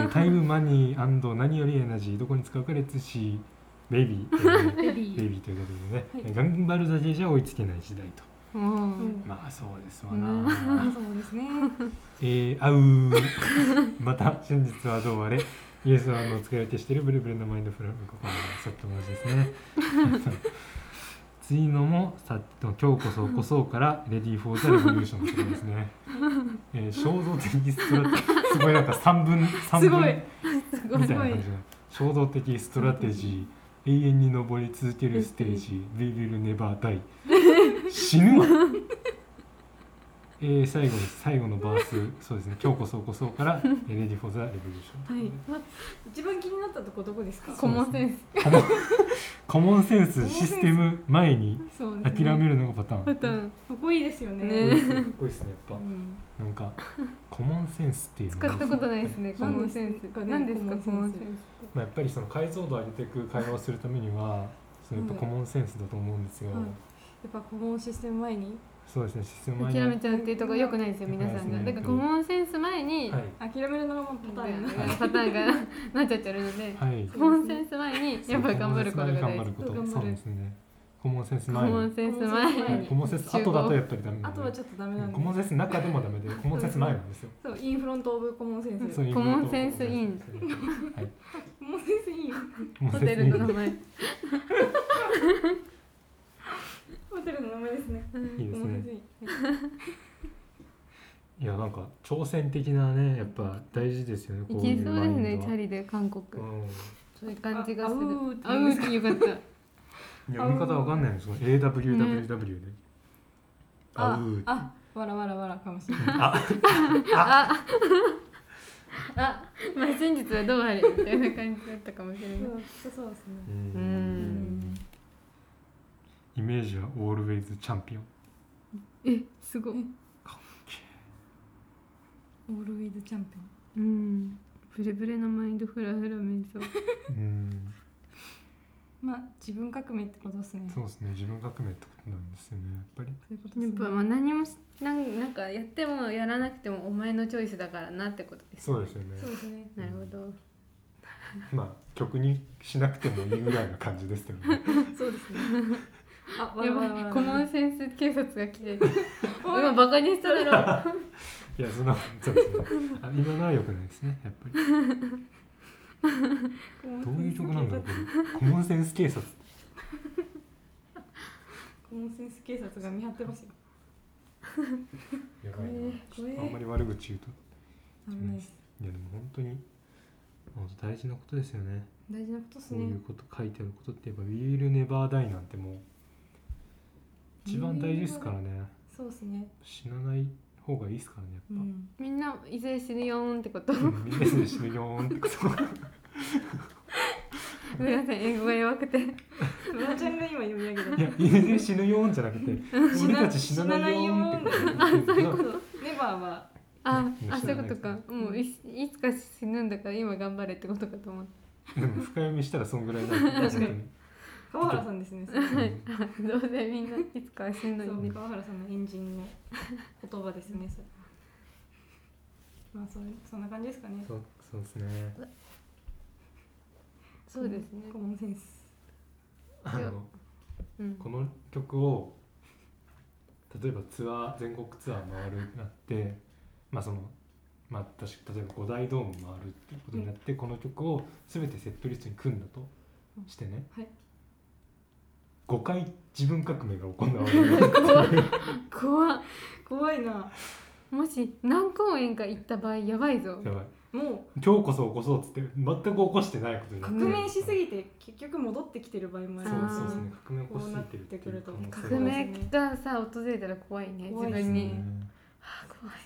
S1: えータイムマニー何よりエナジーどこに使うかレッツシーベイビー、え
S3: ベ
S1: ー
S3: ビ
S1: ベイ
S3: ー
S1: ビーということでね、えー頑張るだけじゃ追いつけない時代と
S2: う、
S3: うんん
S1: まあそうですわ
S2: う
S3: あ
S1: な、
S3: そうですね
S1: えー、あうーまた真実はどうあれイエスはあの疲れてしてるブルブルのマインドフルここまでさっきと同じですね 次のもさっきの「今日こそ起こそう」から「レディー・フォー・ザ・レボリューション」のところですね、えー、衝動的ストラテすごいなんか3分三分
S3: すごい
S2: すごい
S1: み
S2: す
S1: たいな
S2: ご
S1: 感
S2: い
S1: じの衝動的ストラテジー永遠に登り続けるステージ We will never die 死ぬわえー、最後に最後のバースそうですね今日こそこそから「レディ・フォー・ザ・レボリューション」
S2: はい
S3: 一番気になったとこどこですか
S2: コモンセンス
S1: コモンコモンセン スシステム前に
S3: そうです
S1: 諦
S3: ね
S1: めるのがパター
S2: パ
S1: ン
S2: ターン
S3: ここいいですよね
S2: ね
S1: かっこいいですね
S3: う
S1: やっ
S3: ん
S1: ぱなんかコモンセンスっていうの
S2: 使
S1: が
S2: ったことないですねコモンセンス
S3: 何
S2: 何
S3: で
S2: ですすか
S3: かね
S2: コモンセンス
S1: まあ、やっぱりその解像度を上げていく会話をするためにはそのやっぱコモンセンスだと思うんですよ、
S3: はいやっぱ顧問システム前に
S1: そうですねシステム前
S2: 諦
S1: に
S2: めちゃうっていうところ良くないですよ皆さんがだからコモンセンス前に
S1: はい
S3: 諦めるのがもうパターンな
S1: はい
S2: パターンがなっちゃってるので
S1: はい
S2: コモンセンス前にやっぱり頑張ることが大事
S1: そう
S3: 頑張る
S1: そうですねコモンセンス
S2: コ
S1: 前に
S2: モンセンス前に
S3: コモンセンス前
S1: はいコモンセンス後だとやっぱりダメ
S3: あ
S1: なんで
S3: とはちょっとダメなん
S1: コモン
S3: で
S1: センスの中でもダメでコモンセンス前なんですよ
S3: そうインフロントオブ顧問先生
S1: そういう
S2: コモンセンスイン
S1: はい
S3: 顧問先生いいよ
S1: コモンセ
S2: ホ
S1: ンス
S2: テ
S1: イ
S2: ルの名
S1: ン
S2: 前
S3: ホテルの名前ですね
S1: いいです
S3: 顧問
S1: ね
S3: 先
S1: いやなんか挑戦的なねやっぱ大事ですよね
S2: い
S1: こうい
S2: け
S1: う
S2: そう
S1: マ
S2: で
S1: イ
S2: す
S1: ン
S2: ね
S1: ド
S2: チ
S1: は
S2: ャリで韓国
S1: うん
S2: そういう感じがする
S3: ああうーって
S2: あ
S3: 言うん
S2: う
S3: です
S2: ーってよかった
S1: 読み方わかんないんですよ AWWW であうー
S3: 生ああわらわらわらかもしれない
S2: あ あまあ真実はどうあれみたいな感じだったかもしれない
S3: そうそうですね
S1: う
S2: うんん
S1: イメージはオールウェイズチャンピオン
S2: えすごい
S3: オールウェイズチャンピオン
S2: うんブレブレのマインドフラフラ瞑想
S1: うん
S3: まあ自分革命ってことですね
S1: そうですね自分革命ってことなんですよねやっぱり
S3: そういうことで
S2: やっ
S3: す
S2: ぱ
S3: ね
S2: まあ何もしなんなんかやってもやらなくてもお前のチョイスだからなってことです
S1: そうですよね
S3: そうですね
S2: なるほど
S1: まあ曲にしなくてもいいぐらいの感じですけどね
S3: そうですねあわ
S2: や
S3: らわらわ
S2: ばい
S3: ら
S2: コモンセンス警察が来 て今バカにしただろ
S1: いやそんなそうですねあ今のは良くないですねやっぱりどういう曲なんだろうこれコモンセンス警察
S3: コモンセンス警察が見張ってますよ
S1: やばいなち
S3: こ
S1: ょ
S3: れ
S1: っとあんまり悪口言うと
S3: 危ないです
S1: いやでも本当に本当大事なことですよね
S3: 大事なことです
S1: こうい
S3: ね
S1: うこと書いてあることってやっぱ「We will never die」なんてもう一番大事ですからね
S3: そうですね
S1: 死なない方がいいですからねやっ
S3: う
S1: ぱ、
S3: ん
S2: みんないずれ死ぬよーんってこと
S1: うんみんなで死ぬよーんってこと
S2: すみません英語が弱くて
S3: フワちゃんが今読み上げた
S1: いやみんな死ぬよーんじゃなくて俺たち死なないよーんってこと
S3: そういうことネバーは
S2: あ
S1: うん
S2: あ
S1: 知
S2: そうい
S1: らな
S2: う
S1: い
S2: ことかもういいつか死ぬんだから今頑張れってことかと思って
S1: でも深読みしたらそんぐらいなんだ
S3: 確かに川原さんですねそう
S1: うん
S2: どうせみんないつかは死ぬ
S3: そ
S2: の
S3: う
S2: に
S3: 川原さんのエンジンの言葉ですねそれまあそうそんな感じですかね
S1: そうそうですね
S2: そうですね
S3: コモンセンス
S1: あの
S2: うん
S1: この曲を例えばツアー全国ツアー回るってなってまあそのまあ確か例えば五大ドーム回るっていうことになって、この曲を全てセットリストに組んだとしてね、
S3: うんはい
S1: 5回自分革命が行われる
S2: 怖っ
S3: 怖いな
S2: もし何公演か行った場合やばいぞ
S1: やばい
S3: も
S1: 今日こそ起こそうっつって全く起こしてないことに
S3: う
S1: な
S3: 革
S1: って
S3: 命しすぎて結局戻ってきてる場合もあ
S1: そ
S3: る
S1: う
S2: あー
S1: そうですね革命起こしすぎてるっていう可能性
S2: 革命がさ訪れたら怖いね
S3: 怖い
S2: 自
S3: で
S2: 分
S3: す
S2: に、
S1: うん
S2: はあ怖い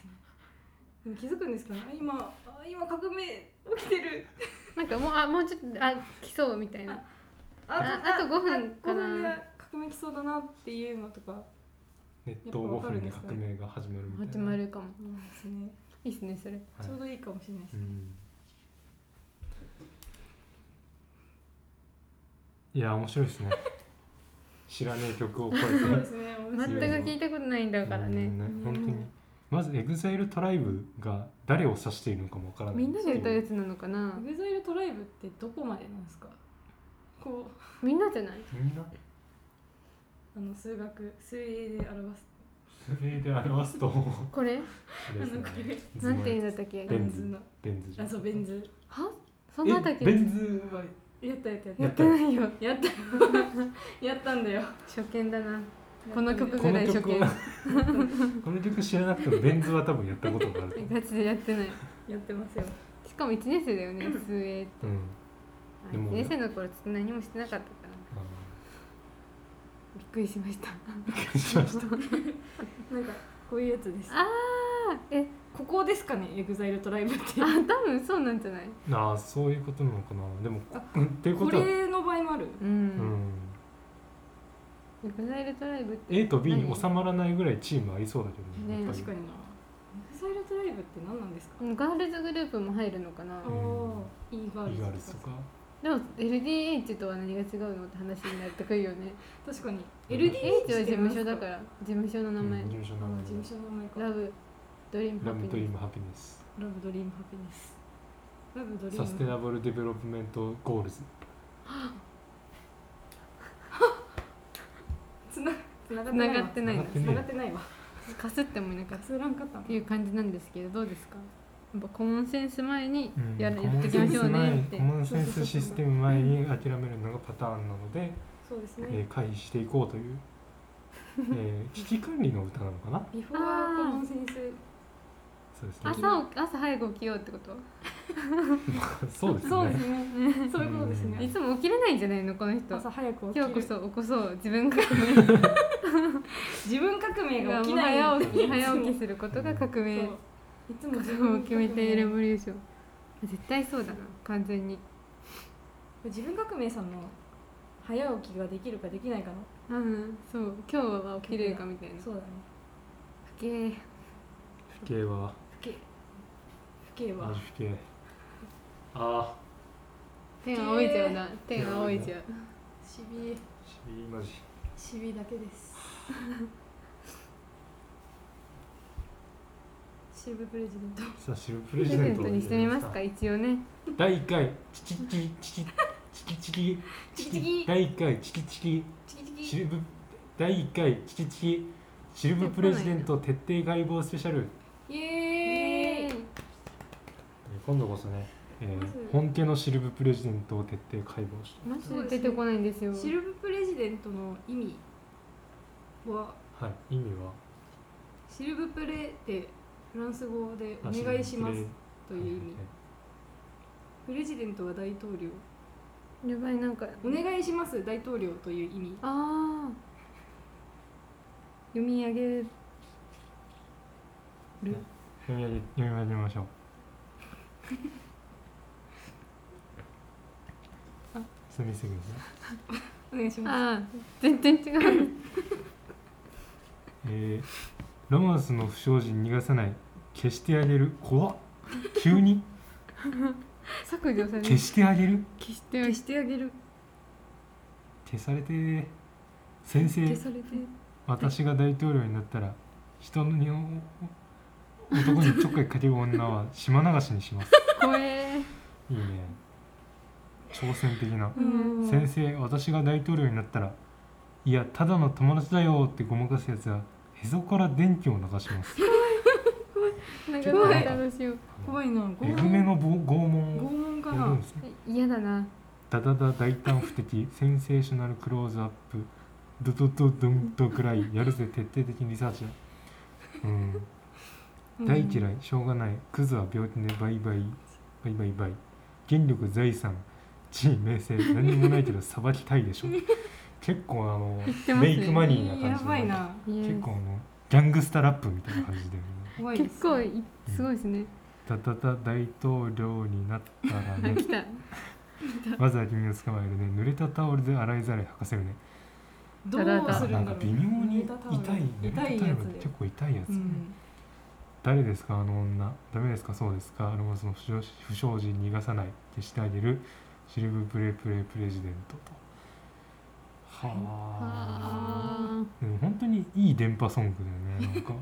S3: でも気づくんですけどあ今あ今革命起きてる
S2: なんかもうあもうちょっとあ来そうみたいな
S3: あ
S2: ああと5分かな
S3: 5分で革命来そうだなっていうのとか
S1: ネット5分で革命が始まるみたいな
S2: 始まるかも
S3: そうですね
S2: いいっすねそれ
S1: はい
S3: ちょうどいいかもしれないです、
S1: うんいや面白いですね知らねえ曲を超えて
S3: そうですね面
S2: 全く
S3: 白い
S2: 聞いたことないんだから
S1: う
S2: ね
S1: ん本当にまず EXILE トライブが誰を指しているのかもわからない
S2: みんなで歌うや
S1: つ
S2: つなのかな
S3: エグザイルトライブってどこまでなんですかこう
S2: みんなじゃない
S1: みんな
S3: あの数学数英で表す
S1: それで表すと
S2: これ
S1: あれですね
S3: なんか
S2: なんていうんだったっけ
S1: ベンズ
S3: の
S1: ベンズじゃん
S3: あそうベンズ
S2: はそんなだっ
S1: え
S2: け
S1: ベンズは
S3: やったやったやった
S2: やって ないよ
S3: やったやったん だよ
S2: 初見だなこの曲
S1: こ
S2: ぐら
S1: の
S2: い初
S1: 曲
S2: 見
S1: は この曲知らなくてもベンズは多分やったことがあると思う
S2: ガチでやってない
S3: やってますよ
S2: しかも1年生だよね数英って
S1: うんで
S2: 1
S1: も
S2: 年生の頃ちょっと何もしてなかったから
S1: あ
S2: びっくりしました
S1: ーびっくりしました
S3: なんかこういうやつです
S2: ああえ
S3: ここですかねエグザイルトライブって
S2: あ多分そうなんじゃない
S1: ああそういうことなのかなでも
S3: あ
S1: うんっていうこ
S3: こと
S1: は、
S3: れの場合もある
S2: う
S1: うんん、
S2: エグザイルトライブって
S1: A と B に
S2: 何
S1: 収まらないぐらいチームありそうだけど
S2: ね
S1: やっぱり
S3: 確かになエグザイルトライブって何なんですか
S2: ガールズグループも入るのかな
S3: ああいいガール
S1: E ガー
S3: ズとか
S1: ルズとか
S2: でも LDH とは何が違うのって話になってくるよね
S3: 確かに
S1: LDH
S2: H は事務所だからら事務所の名前
S1: うん、事務所
S3: あ
S1: の
S3: ー
S1: 名
S3: 事
S1: 前
S3: 務所の名前か
S2: ラブドリーム
S1: ラ
S2: ハ
S1: ブ
S2: ピ
S1: ドリ
S2: ネ
S1: ー
S2: ス
S1: ムハピネス
S3: ラブドリームハピネスラブドリー
S1: サ
S3: ム
S1: ステナブルデベロップメントゴールズ
S3: つなつながっ
S2: つ
S3: てな
S2: ないが
S3: わ
S2: ってな
S1: 繋が
S2: いな
S3: つながってないわ
S2: かすってもいなかっ
S3: ガ
S2: た
S3: スランカタン
S2: っていう感じなんですけどどうですかやっぱコモンセンス前に
S1: うん
S2: や,、
S1: コ
S2: や
S1: モ
S2: って
S1: ン
S2: いき
S1: セ
S2: ま
S1: ン
S2: し
S1: ス
S2: ょうね
S1: 前
S2: って
S1: コモンセンスシステム前に諦めるのがパターンなので、
S3: そうです
S1: え
S3: ね
S1: ー回避していこうという、えー危機管理の歌なのかな
S3: ビフォーコモンセンス
S1: そうですね
S3: あ
S2: 朝起き朝早く起きようってこと、
S1: そうですね
S3: そうですねそういうことです
S1: うん
S2: い
S3: ね
S2: つも起きれないんじゃないのこの人
S3: 朝早く起き
S2: 今日こ
S3: る
S2: そ起こそう自分が
S3: 自分革命が起きない
S2: 早起き
S3: いつも
S2: 早起きすることが革
S3: そう
S2: 命
S3: いつも
S2: こ
S3: 自
S2: とを
S3: 分
S2: 決めてレ
S3: る
S2: ボリューション絶対そうだな完全に
S3: 自分革命さんの早起きができるかできないかの
S2: うんそう今日は起きれるかみたいな
S3: そうだね
S2: けー
S1: 不敬は
S3: 不敬不敬
S1: マ
S3: は
S1: ジ不敬ああ
S2: 天仰いちゃうな天仰いちゃう
S3: しび
S1: しびマジ
S3: しびだけですシブプレジデント
S1: さあシルプ
S2: プ
S1: レ
S2: レ
S1: ジ
S2: ゼ
S1: デン
S2: ン
S1: ト
S2: トにしてみますか一応ね
S1: 第一回チキチキチキチキチキ
S3: チキチキ
S1: 第一回チキチキ
S3: チキチ
S1: シ
S3: キ
S1: ルブ第一回チキチキシルブプレジデント徹底解剖スペシャル
S3: イ
S2: イ
S3: エーイ
S1: 今度こそね、えー
S3: まず
S1: 本家のシルブプレジデントを徹底解剖して
S2: マジで出てこないんですよ
S3: シルブプレジデントの意味は
S1: はい意味は
S3: シルブプレってフランス語でお
S1: あ
S3: 願いしま
S1: シ
S3: す
S1: ルブプ
S3: と
S1: レ
S3: いう意味プレジデントは大統領
S2: やばいなんか
S3: お願いします大統領という意味
S2: ああ読み上げる
S1: 読み上げ読み上げましょう
S3: あ
S1: すみすぎですね
S3: お願いしま
S2: あ
S3: す
S2: あ全然違う
S1: えーロマンスの不祥事逃がさない消してあげる怖っ急に
S2: 削除される
S1: 消してあげる
S2: 消して
S3: 消してあげる
S1: 消されてー先
S3: 消
S1: 生
S3: されて
S1: 私が大統領になったら人の日本男にちょっかいかける女は島流しにします
S2: 怖え
S1: いいね挑戦的な
S3: うん
S1: 先生私が大統領になったらいやただの友達だよってごまかすやつはへそから電気を流します
S2: なんか怖いどうしよう
S3: 怖いな
S1: えぐめのぼ拷
S3: 拷
S1: 問を
S3: 問か
S1: やる
S3: なん
S1: ですね
S2: 嫌だな
S1: ダダダ大胆不敵センセーショナルクローズアップドドドドンとくらいやるぜ徹底的リサーチだうん大嫌いしょうがないクズは病気ねバイバイバイバイバイ権力財産地位名声何もないけどさばきたいでしょ結構あの、
S2: てます
S1: メ
S2: ね
S1: イクマニーな感
S3: や
S1: じ
S3: ばい
S1: で
S3: な
S1: 結構あのギャングスタラップみたいな感じで、ね、
S3: 怖いです
S2: 結構いすごいですね
S1: ダダダ大統領になったら
S2: あ
S1: ね
S2: 来た
S1: まずは君を捕まえるね濡れたタオルで洗いざらい履かせるね
S3: どうするんだ
S1: あ
S3: ろう
S1: なんか微妙に痛い
S3: 痛いやつ
S1: 濡れ
S3: で
S1: たタオルって結構痛いやつ、
S3: うん
S1: 誰ですかあの女ダメですかそうですかアルマスの不祥事不祥事逃がさない消してあげるシルブプレプレプレジデントとはあ
S2: あ
S1: でも本当にいい電波ソングだよ ねなんか、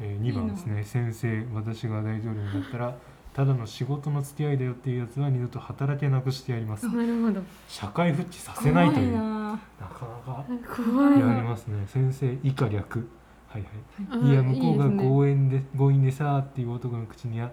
S1: えー、2番ですね先生私が大統領になったらただの仕事の付き合いだよっていうやつは二度と働けなくしてやります
S2: ーなるほど
S1: 社会復帰させないというな
S3: 怖
S1: かなか
S2: 怖
S1: や
S2: い
S1: りますね先生以下略はいはい
S2: あ
S1: いや向こうが
S2: いいですね
S1: 強引で強引でさーっていう男の口には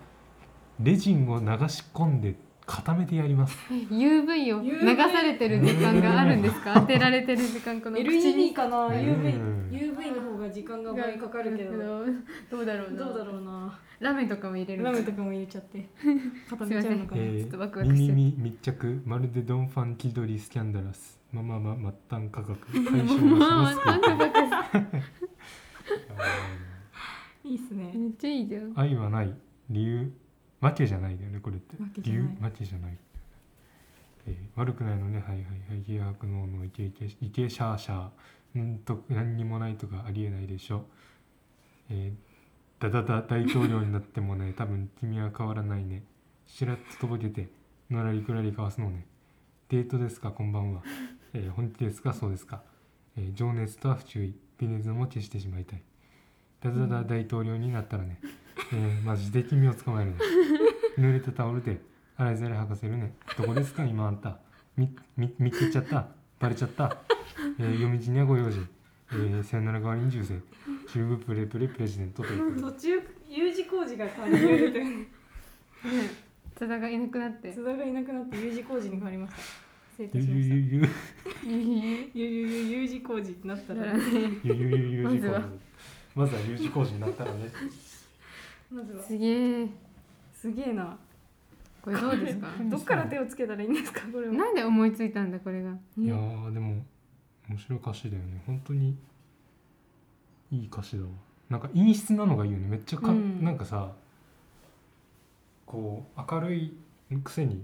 S1: レジンを流し込んで固めてやります
S2: UV を
S3: UV
S2: 流されてる時間があるんです か当てられてる時間この
S3: いな LED かな
S1: うん
S3: UV UV の方が時間が
S2: が
S3: 倍かかるけど
S2: どうだろうな
S3: どうだろうな
S2: ラメとかも入れる
S3: ラメとかも入れちゃって 固めちゃうのか
S1: え
S3: な
S2: ちょっ
S1: ー
S2: とワクワクしちゃう
S1: 耳密着まるでドンファン気取りスキャンダラスまあまあまあ末端価格解消します けど
S3: いいっすね
S2: めっちゃいいじゃん
S1: 愛はない理由わけじゃないだよねこれって
S3: わけ
S1: 理
S3: じゃない
S1: 由わけじゃない、えー悪くないのねはいはいはい契約能のイケイケイケシャーシャーうんと何にもないとかありえないでしょえー、だだだ大統領になってもね 多分君は変わらないねしらっととぼけてのらりくらりかわすのねデートですかこんばんは、えー本気ですかそうですか、えー情熱とは不注意微熱も消してしまいたいだだだ大統領になったらね、えーマジで君を捕まえるね濡れたタオルで洗いざらい履かせるねどこですか今あんたみみ見つけちゃったバレちゃった、えー夜道にはご用心、えー、さよなら代わりに銃声中部プレプレプレジデントということ
S3: 途
S1: で
S3: 中 U 字工事が変わるて
S2: ね津田がいなくなって
S3: 津田がいなくなって U 字工事に変わりました失礼いた
S1: ゆ
S3: しま
S1: ゆ
S3: した
S1: ゆゆ
S3: ゆゆゆゆ U 字工事になった
S2: だかららね
S1: ゆゆゆゆ
S2: ま
S1: ゆ
S2: ずは
S1: まずは U 字工事になったらね
S3: まずは
S2: すげえ
S3: すげえな
S2: これどうです か
S3: どっから手をつけたらいいんですかこれは
S2: なんで思いついたんだこれが
S1: いやーでも面白い歌詞だよね本当にいい歌詞だわなんか陰湿なのがいいよねめっちゃか、
S3: うん
S1: なんかさこう明るいくせに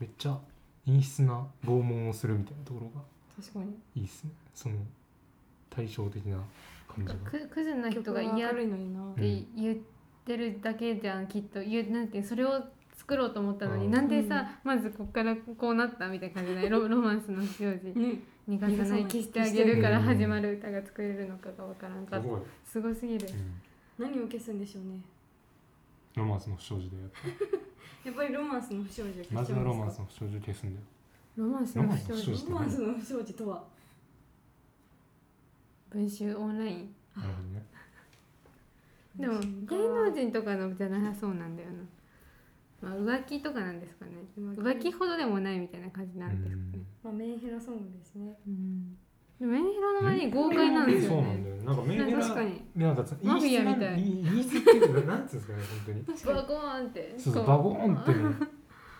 S1: めっちゃ陰湿な拷問をするみたいなところが
S3: 確かに
S1: いいっすねその対照的な感じが
S2: ククズな人
S3: 曲
S2: が
S3: が
S2: 嫌
S3: 明
S2: って
S3: るいのにな
S2: 言ってるだけじゃんきっと言うなんてそれを作ろうと思ったのに、
S1: うん
S2: なんでさ、まずこっからこうなったみたいな感じでロロマンスの不祥事
S3: ね
S2: 逃がさない消してあげるから始まる歌が作れるのかがわからん
S1: す
S2: かった
S1: ごい、
S2: すごすぎる
S1: うん、
S3: 何を消すんでしょうね
S1: ロマンスの不祥事だよやっぱり
S3: やっぱりロマンスの不祥事を消
S1: ま
S3: しち
S1: ず
S3: ゃう
S1: は
S3: んで
S1: ロマン
S3: すか
S1: スの不祥事を消すんだよ
S2: ロマンスの不
S1: ロマンス
S2: 祥
S1: の不祥
S2: 事
S1: 事
S3: ロマンスの不祥事とは
S2: 文集オンライン
S1: なるほどね
S2: でも
S3: 文集か
S2: 芸能人とかのじゃなさそうなんだよな、まあ、浮気とかなんですかね浮気ほどでもないみたいな感じなんですかね
S3: まあメンヘラソングですね
S2: うんでもメンヘラの
S1: うん
S2: 割に豪快なんです
S1: そ
S2: よ
S1: うなんだ
S2: ね
S1: よなんかメンヘラ
S2: 確かに
S1: なんか
S2: マフィアみたい
S1: 言い過ぎてるななんつうんですかね本当 に
S2: バ
S3: 確かに
S2: ゴーンって
S1: そうそう
S2: こ
S1: バゴーンってね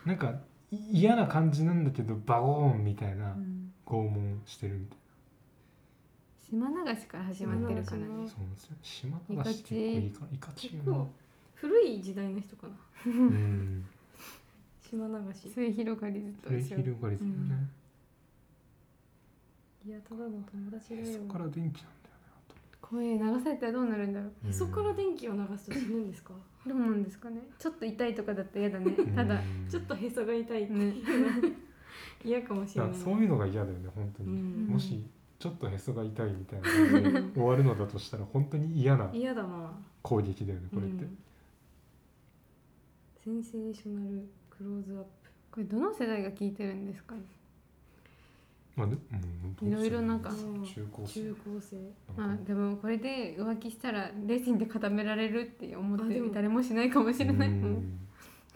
S1: なんかい嫌な感じなんだけどバゴーンみたいうな
S2: うん
S1: 拷問してるみたい
S2: 島流しから始まってるからね
S1: な、そうなんですよ島流しって結構いかちいかち
S3: 結
S1: いな
S3: 構古い時代の人かな
S1: うん
S3: 島流し
S2: 末広がりずっと
S1: それ
S2: 一緒
S1: 広がりですよね、
S3: いやただの友達だ
S1: えそ
S3: よ
S1: こから電気なんだよねあと
S2: こういう流されたらどうなるんだろう
S1: うん
S3: へそこから電気を流すと死ぬんですか
S2: どうなんですかねちょっと痛いとかだったら嫌だね
S1: うん
S2: ただ
S3: ちょっとへそが痛い
S2: ね
S3: 嫌かもしれ
S1: だ
S3: な
S1: か
S3: い
S1: らそういうのが嫌だよね本当
S3: う
S1: に、
S3: ん
S1: もしちょっとへそが痛いみたいな感じで終わるのだとしたら本当に嫌な
S3: 嫌だな
S1: 攻撃だよねこれって、
S3: うんセンセーショナルクローズアップ
S2: これどの世代が聞いてるんですかね
S1: まあで、うん、
S2: いろいろなんか
S1: 中高生
S3: 中高生
S1: な
S2: まあ
S1: んか
S2: でもこれで浮気したらレジンで固められるって思っ
S3: あ
S2: て
S3: でも
S2: 誰もしないかもしれないも
S1: うんん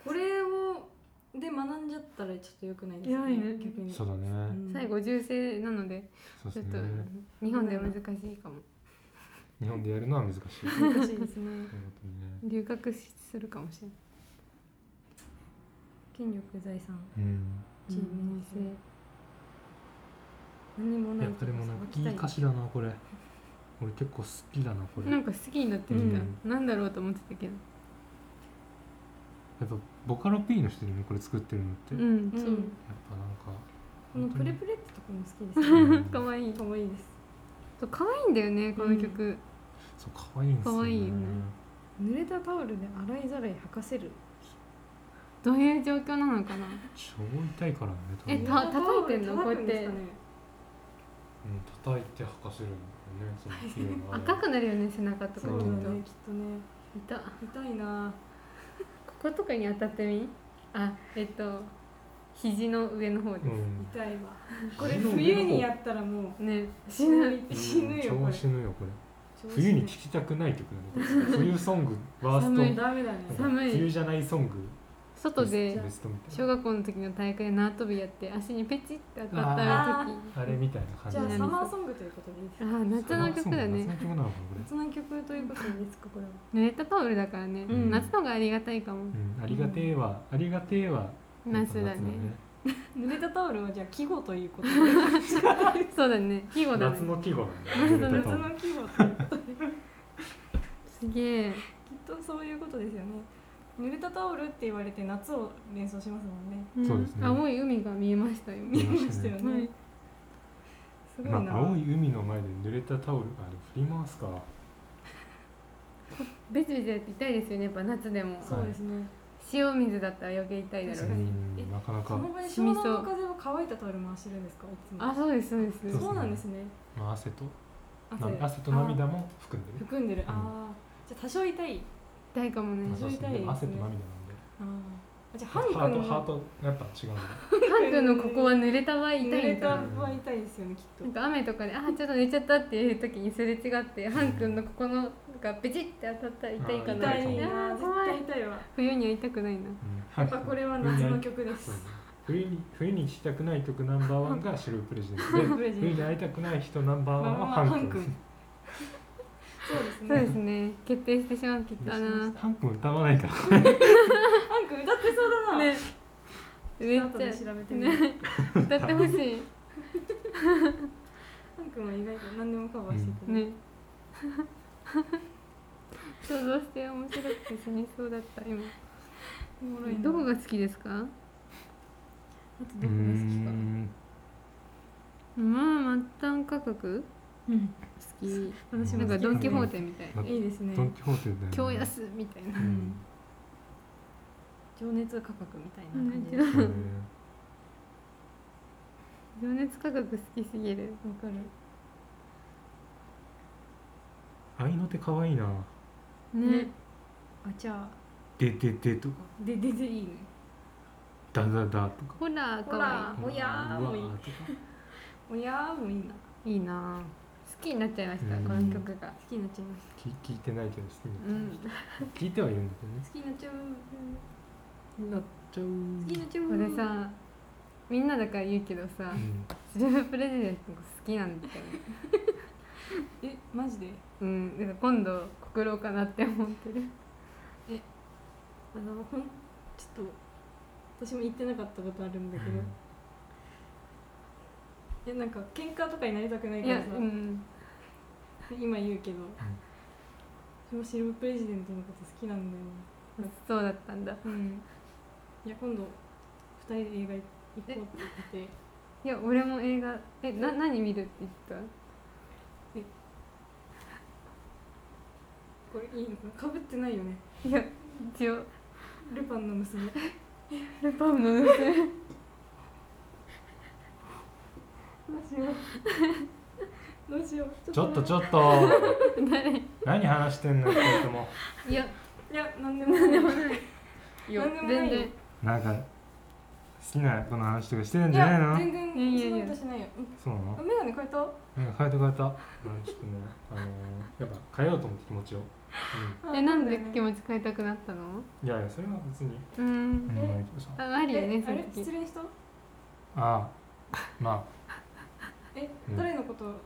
S3: これをで学んじゃったらちょっと良くないです
S2: やばいね
S3: 逆に
S1: そうだね、
S3: うん
S2: 最後銃声なので
S1: そう
S2: ち
S1: で
S2: ょっ
S1: す
S2: と
S1: ね
S2: 日本では難しいかも
S1: 日本でやるのは難しい本
S3: 難しいです ね
S1: 当にね
S2: 留学するかもしれない
S3: 権力財産
S1: うん
S3: 地位民生
S2: 何も
S1: い
S2: な
S1: や
S2: い
S1: これもなんかいい歌詞だなこれ俺結構好きだなこれ
S2: な
S1: やっ
S2: んか好きになってみた、
S1: うん
S2: なんだろうと思ってたけど
S1: ぱボカロ P の人にもこれ作ってるのって、
S2: う
S1: やっ
S2: んそう、
S3: う
S1: ぱな
S3: ん
S1: んか
S3: この
S1: 本当
S3: プレ
S1: に
S3: プレってとこも好きです
S1: う
S3: ね
S1: ん
S2: かわいい
S3: 可愛いです
S2: そう可愛いんだよねこの曲、
S1: そう可愛いんですよね
S2: 可愛いよね
S3: 濡れたタオルで洗いざらい吐かせる
S2: どういう状況なのかな
S1: 超痛いからね多分
S2: えた叩いてんのこうやって
S1: うん、叩いて吐かせるんだよねそのっていうのは
S2: 赤くなるよね背中とか
S3: そ
S2: きっ
S3: う
S2: と
S3: だ
S1: ん
S3: ねきっとね
S2: 痛っ
S3: 痛いな
S2: こことかに当たってみあえっと肘の上の方で
S1: う
S2: す、
S1: ん
S3: 痛いわこれ冬にやったらも
S2: ね
S3: う
S2: 死ぬ
S3: 死ぬよこ
S1: うん
S3: れ
S1: 超死ぬよこれ冬に聴きたくない曲だねこれ冬ソングワースト
S2: 寒い
S3: ダメだね
S2: 寒い
S1: 冬じゃないソング
S2: 外で
S1: ベストみたい
S2: 小学校の時の大会で縄跳びやって足にペチって当たった
S3: あ
S2: 時
S1: なあれみたいな感じ
S3: じゃあ
S1: だね
S3: サマーソングということでいいです
S2: あ
S3: か
S2: ー夏の曲だ
S1: 夏の
S2: ね
S1: 曲なのかなこ
S3: 夏の曲ということでいいですかこれ は
S2: 濡れたタオルだからね、
S1: うん
S2: 夏の方がありがたいかも、
S1: れ、うん、ありがてえわありがてえわ
S2: 夏だね
S3: 濡れたタオルはじゃあ季語ということで
S2: そうだね季語だね
S1: 夏の季語なんだ
S3: 夏
S1: ね
S3: の季語ということです
S2: げえ
S3: きっとそういうことですよね濡れたタオルって言われて夏を連想しますもんね
S2: ん
S1: そうですね
S2: 青い海が見えましたよ
S1: 見え
S3: 見
S1: ま
S3: ま
S1: し
S3: したた
S1: ね
S3: よ
S2: は
S3: ね
S2: い
S3: すごい
S1: ま
S3: な、
S1: あ青い海の前で濡れたタオルあれ振り回すか
S2: ベチベチやって痛いですよねやっぱ夏でも
S3: そうですね
S2: 塩水だったら余計痛いだろうし
S3: 確かにえ
S1: うんなかな
S3: そ
S1: か
S3: の場に
S2: 染み
S3: 湘南
S2: そう
S3: の風を乾いたタオル回してるんですかいつも
S2: あそうですそうです
S1: そう
S3: そうなんですね
S1: まあ汗と
S3: 汗
S1: 汗と涙も含んでる
S3: 含んでる、
S1: うん
S3: ああじゃあ多少痛い
S2: 痛いかも
S1: ま
S2: ね
S1: あそうですね
S3: 痛いですね
S1: 汗と涙なんで
S3: あーじゃあ
S1: ハ
S3: ハン
S1: ー
S3: 君
S1: ト
S3: の
S1: ハートやっぱ違うんだ
S2: ハン君のここは濡れた場合痛いんだ
S3: 濡れ
S2: な
S3: た
S2: ん
S1: ん
S3: は痛いですよねきっと
S2: か雨とかであーちょっと寝ちゃったっていう時にすれ違ってハン君のここのがベチって当たったら痛いかな
S3: 痛い
S1: 痛い
S3: な
S2: あー怖
S3: 絶
S2: い
S3: 対痛いわ
S2: 冬には痛くないな
S1: うん
S3: やっぱこれは夏の曲で
S1: そ
S3: す
S1: うね冬に冬に聴きたくない曲ナンバーワンが白いプレジデント
S3: プ
S1: で
S3: レジデント
S1: 冬に会いたくない人ナンバーワンは
S3: ナンバーワン
S1: ハン
S3: ハン
S1: 君
S3: そうです
S2: そう
S3: ね
S2: ですね決定してしまったな
S1: ハン君歌わないから
S3: ハン君歌ってそうだな、
S2: ねめっ
S3: 後で調
S2: ちゃ
S3: べてみよう
S2: ね歌ってほしい
S3: ハン君は意外と何でもカバーしてくれる、
S2: ね 想像して面白くて死にそうだった今
S3: おもろいな
S2: どこが好きですか
S3: あとどこが好きか
S2: まあ末端価格
S3: うん
S2: 好き
S1: 私も好き
S2: なんかドン・キホーテみたい
S1: うん
S3: いいですね
S1: ドン・キホーテだよね
S2: 今日安みたいな
S1: うん
S3: 情熱価格みたいな
S2: うん
S3: 感じ
S2: 情
S3: わ
S1: そうね
S2: 熱価格好きすぎる
S3: かる
S1: 愛の手可愛いな
S2: ね
S3: ねあじゃあ
S1: でででとか
S3: でででいいね
S1: だだだとか
S2: ほら
S3: ほ
S2: かわ
S3: らおやーもいいう
S1: わとか
S3: おやーもいいない
S2: いいいな好きになっちゃいました
S1: うん
S2: この曲が
S3: 好きになっちゃいました
S1: 聞聞いてないけど好きに
S2: う
S1: なっ
S2: ん
S1: 聞いてはいるんだけどね
S3: 好きになっちゃう
S1: 好きになっちゃう
S3: 好きになっちゃう
S2: これさみんなだから言うけどさ
S1: うん
S2: セルフプレジデント好きなんだよね
S3: えマジで
S2: うんなんか今度告ろうかなって思ってる
S3: あのほんちょっと私も言ってなかったことあるんだけど、えなんか喧嘩とかになりたくない
S2: い
S3: から
S2: や
S3: さ、
S2: うん
S3: 今言うけど、私もシルブプレジデントのこと好きなんだよ
S2: そうだったんだ
S3: うんいや今度二人で映画行こうって言って
S2: いや俺も映画えな何見るって言った
S3: これいいのかな被ってないよね
S2: いや一応
S3: ルパンの娘
S2: ル パンの娘
S3: どうしよう。どうしよう。
S1: ちょっとちょ
S3: っ
S1: っと何話してんの二人とも
S2: いや
S3: と。いや、なんでもない。
S2: いや
S3: なんでもない
S2: 全然
S1: なんか
S4: 好きな子の話とかしてるん
S3: い
S4: じゃない
S3: や
S4: の
S3: 全然
S2: いやいやい
S3: そん
S2: や
S3: なことしないようん
S4: そうなの
S3: あメガネ変えた
S4: うん変えた変えた
S1: うんちょっとねあのーやっぱ変えようと思って気持 ちを、
S2: えなんで気
S3: 持
S2: 持ち変えたくなったの
S1: うん、いやいやそれは別に
S2: う
S4: うんん
S1: え
S2: ああるよね
S3: あ
S2: その
S3: れ失
S2: 時
S3: 恋した
S4: ああまあ
S3: え
S1: うん
S3: 誰のことが好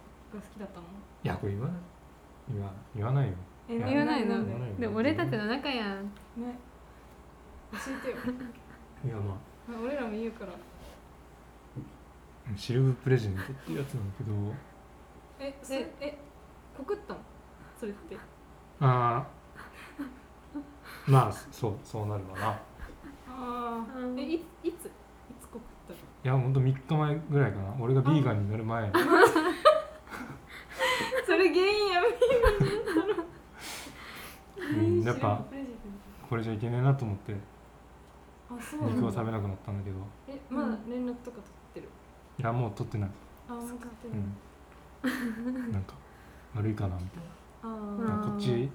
S3: きだったの
S1: いやこれ言わない言わ言わないよ
S3: え
S1: 言
S2: わないの
S3: んで
S1: 言わないよ
S2: で俺たちの仲やん
S3: ね教えてよ
S1: いやま
S3: まあ俺らも言うから
S1: あシルブプレジェントっていうやつなんだけど
S3: えそええ告ったのそれって
S1: あ あまあそうそうなるわない
S3: あ
S2: あー
S3: えいいついつ告ったの
S1: やほんと3日前ぐらいかな俺がビーガンになる前
S3: それ原因や
S1: う
S3: め
S1: んやっぱ
S3: プレジデン
S1: これじゃいけねえなと思って
S3: トあそうなんだ
S1: 肉を食べなくなったんだけど
S3: えまだ連絡とか取ってる
S1: いやもう取ってない、
S3: あ分かって
S1: う
S3: る
S1: ん、なんか悪いかなみたい
S3: あ
S2: う
S3: ー
S1: な
S2: あんー
S1: こっち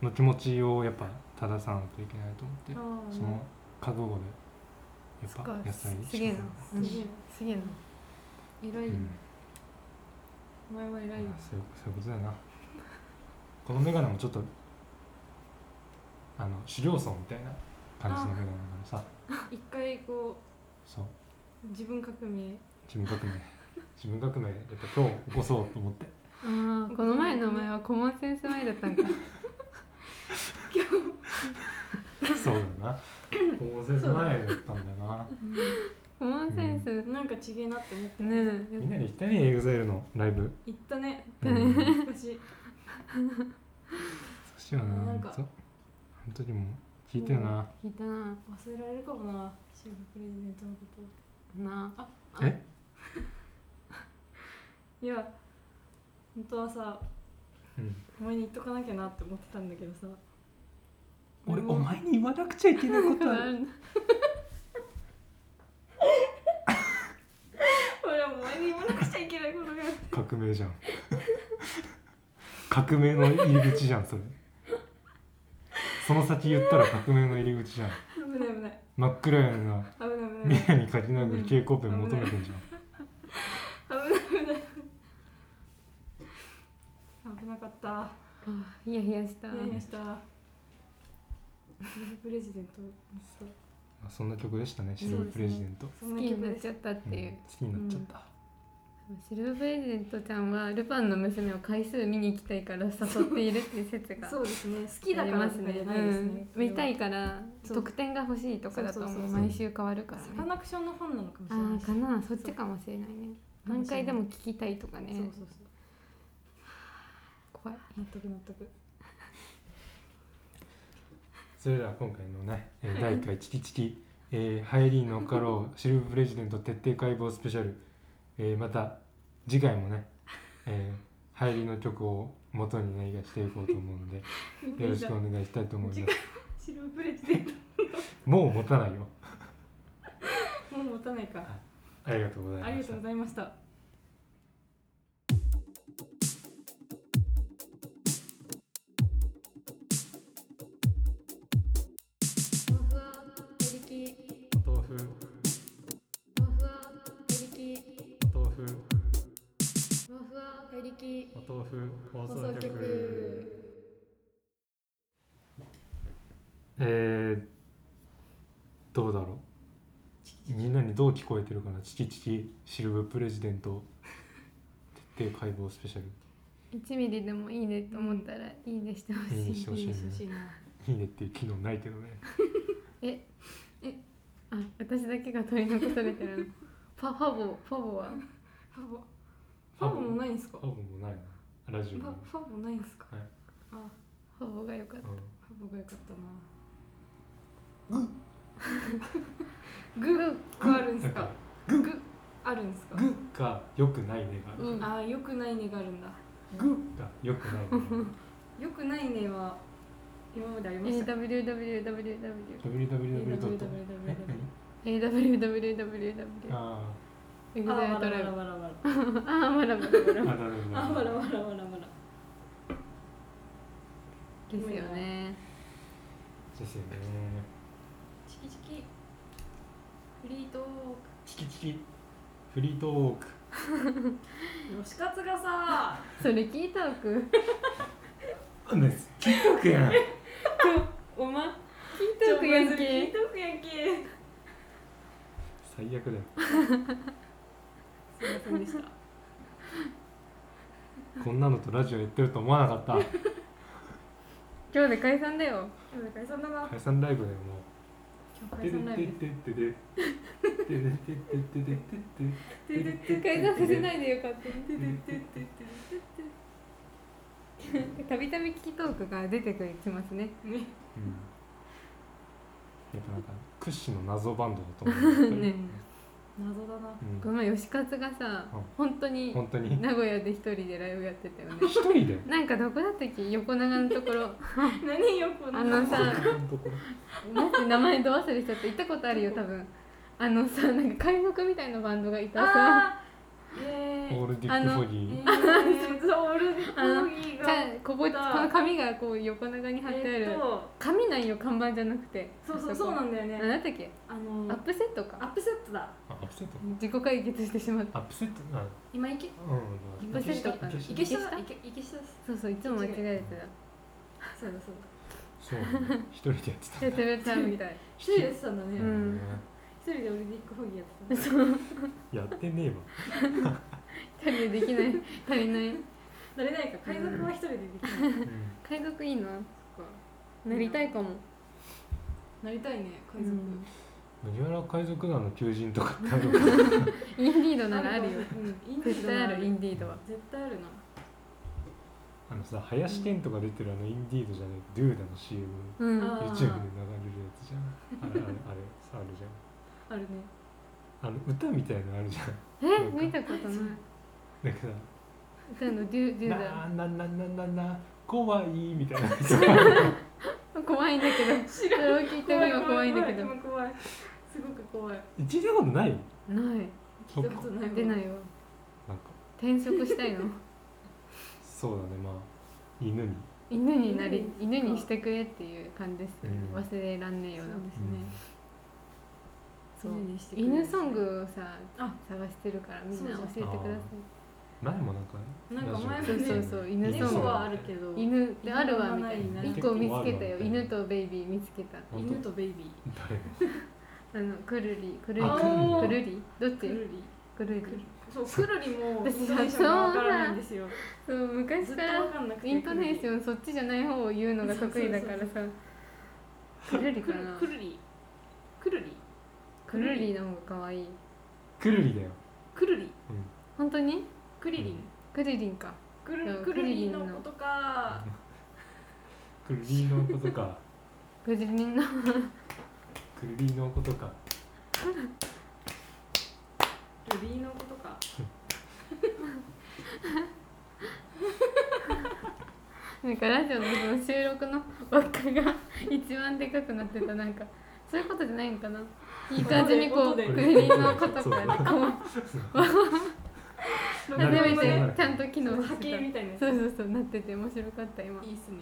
S1: の気持ちをやっぱ正さないといけないと思って
S3: あー
S1: その覚悟でやっぱ野
S2: す
S1: 菜に
S2: すげえなうん
S3: すげえ
S2: すげえな
S3: 偉い
S1: うん、
S3: お前は偉いよ
S1: まあそういうそういうことだよなこのメガネもちょっとあの狩猟層みたいな感じのメガネだからさ
S3: 一回こ
S1: そう
S3: う自分革命
S1: 自分 革命自分革命やっぱ今日起こそうと思って
S2: あーこの前のお前はコモンセンス前だったんか
S1: そうだよな高専前だったんだよな
S2: コモンセンスね
S3: なんかちげえなって思って
S2: え
S1: みんなで行ったねエグザイルのライ ブ
S3: 行ったね
S1: うん難
S3: 懐かしい
S1: しいよな
S3: な
S1: なんん
S3: か
S1: かその時も聞いたよな、
S2: 聞いたな
S3: 忘れられるかもなシェフプレジデントのこと
S2: な
S3: あ
S1: え
S3: いや本当はさ
S1: うん、
S3: お前に言っとかなきゃなって思ってたんだけどさ
S1: 俺お前に言わなくちゃいけないことある
S3: 俺はお前に言わなくちゃいけないことがある
S1: 革命じゃん革命の入り口じゃんそれその先言ったら革命の入り口じゃん
S3: 危ない危ない
S1: 真っ暗やな
S3: 危ない危ない
S1: 宮城に書きながら蛍光ペン求めてんじゃ
S3: 危ない危ない危なかった
S2: あヒヤヒヤした
S3: 何やしたシェフプレジデントそう
S1: まあそんな曲でしたね「シルブプレジデント」
S3: そ
S2: 好
S3: ん
S2: き
S3: な
S2: に
S3: 曲
S2: なっ
S3: でし
S2: ち
S3: た
S2: ゃったっ
S1: うん
S2: ていう、
S1: 好きになっちゃった、
S2: シルブプレジデントちゃんはルパンの娘を回数見に行きたいから誘っているっていう説が
S3: そうですね好き
S2: あ
S3: だ
S2: り
S3: から
S2: ま
S3: と
S2: す
S3: か
S2: ね
S3: じゃないですね
S2: ん、見たいから
S3: そう
S2: 得点が欲しいとかだと
S3: そうそ
S2: 思う
S3: うそうそう
S2: 毎週変わるからね
S3: サカナクションのファンなのかもし
S2: あ
S3: れない
S2: ー
S3: し
S2: かなそっちかもしれないね
S3: そう
S2: 何回でも聞きたいとかね
S3: そうそうそう
S2: 怖い
S3: 納得納得
S1: それでは今回のねえー第1回「チキチキ」えー「ハイリーの家老 シルブプレジデント徹底解剖スペシャル」えーまた次回もね、えー、ハイリーの曲を元に何かしていこうと思う のでよろしくお願いしたいと思います
S3: シルブプレジデン
S1: もう持たないよ
S3: トもう持たないか
S1: ありがとうございま
S3: ありが
S1: し
S3: と
S1: た
S3: うございました
S1: お豆腐お豆腐お豆腐放送局えー、どうだろうみんなにどう聞こえてるかなチキチキシルブプレジデント徹底解剖スペシャル
S2: 1ミリでもいいねと思ったらいいねしてほ
S1: いいね
S2: し
S1: し
S2: い
S1: てほしいね
S3: 欲しいない
S1: いねっていう機能ないけどね
S2: ええあ私だけが取り残されてるの パファボファボは
S3: ファボファボもないんすか
S1: ファボもないなラジオ
S3: ファ
S1: も、
S3: ファボないんすか
S1: はい
S3: あ
S2: ファボが良かった
S1: う
S3: ファボが良かった
S2: グー
S3: なグあるん
S1: ん、
S3: す
S1: だ
S3: か
S1: か
S3: グあるんすから
S1: グが良くないねがある
S2: うん
S3: あー良くないねがあるんだ
S1: グが良く ないねがある
S3: 良くないねは今まであり
S2: え
S3: まし
S2: ー
S3: た
S2: WWWW
S1: www. ドット
S3: www
S1: え何
S2: AWWWW
S1: あ
S2: エグ
S3: あ
S2: ザイ
S3: ー
S2: ルト
S3: わらわ
S2: ライ
S3: ら
S2: ブ
S3: わらわら
S2: ああまだ
S1: ーあ
S2: まだま
S1: なる
S2: だ
S1: ほど
S3: あーわらわ
S1: なる
S3: らわらわら
S2: ですよね
S1: ほどですよね
S3: チキチキフリートー
S1: チキチキフリートーク
S3: ク推し活がさ
S2: それ聞いたわく
S1: あ ねキックやん
S3: おま
S2: 聞いたわくやん
S3: 聞い
S2: け
S3: とくやんけ
S1: 最悪だよ
S3: すいませんでした
S1: こんなのとラジオやってると思わなかった
S2: 今日で解散だよ
S3: 今日解散だな
S1: 解散ライブだよも
S2: 今
S1: う
S2: 日解散ライブ
S1: ててててててててててててて
S2: 解散させないいでよかったたびたび聞きトークが出てくるきますね
S3: ね
S1: やっぱなんか屈指の謎バンドだと思う
S2: ね
S3: 謎だな
S1: うん
S2: この前吉勝がさ
S1: うん
S2: 本当に
S1: 本当に
S2: 名古屋で一人でライブやってたよね
S1: 一人で
S2: なんかどこだったっけ横長のところ
S3: 何よこ
S2: あのさ
S1: のところ
S2: なんて名前ど忘れしちゃって行ったことあるよ多分あのさなんか海賊みたいなバンドがいたさ
S3: あーえ
S1: オールディックボディ
S3: ー そう俺
S2: あの
S3: コーヒー
S2: じゃあ
S3: が
S2: こここの紙がこう横長に貼ってあ
S3: え
S2: る
S3: ーと
S2: 紙なんよ看板じゃなくて
S3: そうそうそうなんだよ
S2: あ
S3: ね
S2: なんだっけ
S3: あ
S2: ア
S3: の
S2: ップセット
S3: ア
S2: か
S3: ップセットだ
S1: あアップセット
S2: 自己解決してしまった
S1: アップセットな
S3: 今池
S1: う
S2: ア
S1: ん
S2: ップセットかな
S1: 池
S3: 池下だ
S2: 池
S3: 池池下です
S2: そうそういつも間違えて
S3: そうだそうだ
S1: そうなんだ一人でやって
S2: たやってるちゃうみ たい
S3: 一人でやってたんだ
S1: た
S2: う
S3: ね
S2: ん
S3: 一人でオルディックホギーやってた
S1: やってねえわ
S2: 足りできない足りない
S3: 慣れないから海賊は一人でできない
S1: うん
S2: 海賊いいななりたいかも
S3: なりたいね海
S2: う
S3: 賊
S2: ん
S1: 麦わら海賊団の求人とかってある
S2: インディードならあるよ
S3: うんインディ
S2: 絶
S3: ードな
S2: 対
S3: ら
S2: あるインディードは
S3: 絶対あるな
S1: あのさ林健とか出てるあのインディードじゃないドゥーダの CM
S2: うん
S3: あ
S1: YouTube で流れるやつじゃんあれあれあれあるじ
S3: あるね
S1: ゃんあの歌みたいのあるじゃん
S2: え見たことない
S1: なんかさ
S2: 歌のデュ
S1: 「
S2: デュ
S1: な
S2: だ
S1: ななななな怖い」みたいなやつ
S2: 怖いんだけどそれを聞いてみよう怖いんだけど
S3: 怖い 怖いすごく怖い
S1: 一時ことない
S2: ない
S3: 聞いたことないわ
S2: 出ないわ
S1: なんか
S2: 転職したいの
S1: そうだねまあ犬に
S2: 犬になり犬にしてくれっていう感じですよね
S1: うん
S2: 忘れらんねえよ
S3: そう
S2: な
S3: ですね
S2: そう
S3: 犬にしてくれる
S2: 犬ソングをさ
S3: あ
S2: 探してるからみんな教えてください
S1: 前もなんか
S3: なんか前もね
S2: そうそうそう犬ソン
S3: 猫
S2: グ
S3: はあるけど
S2: 犬であるわみたい
S3: 犬は
S2: な
S3: ないな
S2: 一個
S1: 結
S2: 見つけたよ
S1: 構あるわみたいな
S2: 犬とベイビー見つけた
S1: 本当
S3: 犬とベイビー
S1: 誰が
S2: あのくるりくるり
S1: あ
S2: く
S1: く
S2: るりどっ
S3: く
S2: ち
S3: るり
S2: くるり
S3: そうくるりもイ
S2: 私
S3: ントネーションがわからないんですよ
S2: そう昔
S3: ずっ
S2: か
S3: と
S2: ら
S3: わかんなくて
S2: イントネーションそっちじゃない方を言うのが得意だからさくるり
S3: く
S2: か
S3: る
S2: な
S3: くるりくるり
S2: くるりの方が可愛い
S1: くるりだよ
S3: くるり
S2: 本当に
S3: くりりん
S2: くるりんか
S3: くる
S2: そう
S3: くるりん
S2: くるり
S3: の
S2: んの
S3: ことか
S1: くるりのことか
S2: くるりんの
S1: くるりのことか
S3: くるりのことか
S2: なんかラジオのその収録の輪っかが一番でかくなってたなんかそういうことじゃないんかないい感じにこうく
S3: 音で
S2: るりんのこと
S1: そう
S2: からこう
S1: な
S2: 初
S1: る
S2: め
S1: ほどね
S2: てちゃんと機能
S3: 波
S2: して
S3: 形
S2: た
S3: みたいなやつ
S2: そうそうそうなってて面白かった今
S3: いいっすね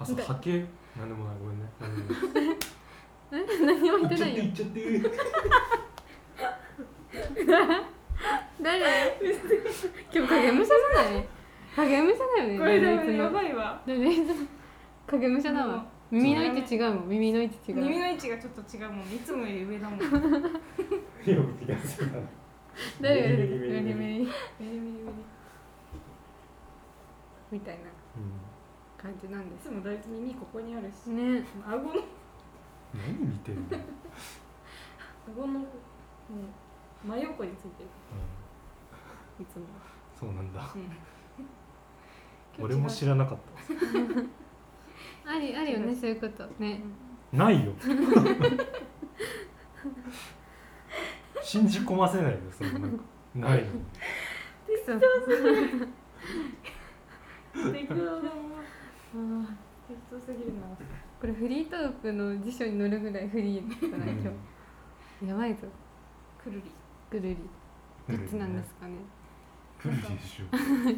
S1: あそう波形なんでもないごめんねなんでもない
S2: 何も言ってない よ
S1: 行っちゃって行っちゃって
S2: 誰今日影武者じゃない影武者だよね
S3: これ
S2: 誰い
S3: だ
S2: つも
S3: やばいわ
S2: 誰いつも影武者だわ耳の位置違うもん耳の位置違
S3: 耳
S2: う
S3: の位置がちょっと違うもんいつもより上だもんメ
S1: 火を吹き出すから
S2: 誰が出て
S1: 耳
S2: くる
S1: 耳耳
S2: 耳
S3: リメリメ
S2: みたいな
S1: う
S2: 感じなんで
S3: リいつもだいぶ耳ここにある
S2: す
S3: し
S2: ね
S3: 顎の
S1: ん何見てんの、うん、
S3: 顎のもう真横についてるいつも
S1: そうなんだ
S3: うん
S1: 俺も知らなかっ
S2: ありあるよねそういうことね
S1: たない よ信じ込ませないよそのなんかないよ
S2: そう
S3: 適当だな
S2: あ
S3: 適当すぎるな
S2: ーこれフリートークの辞書に載るぐらいフリーだったな今日やばいぞ
S3: くる
S2: ぐるり
S1: う
S2: どっちなんですかね
S1: くるりでしょ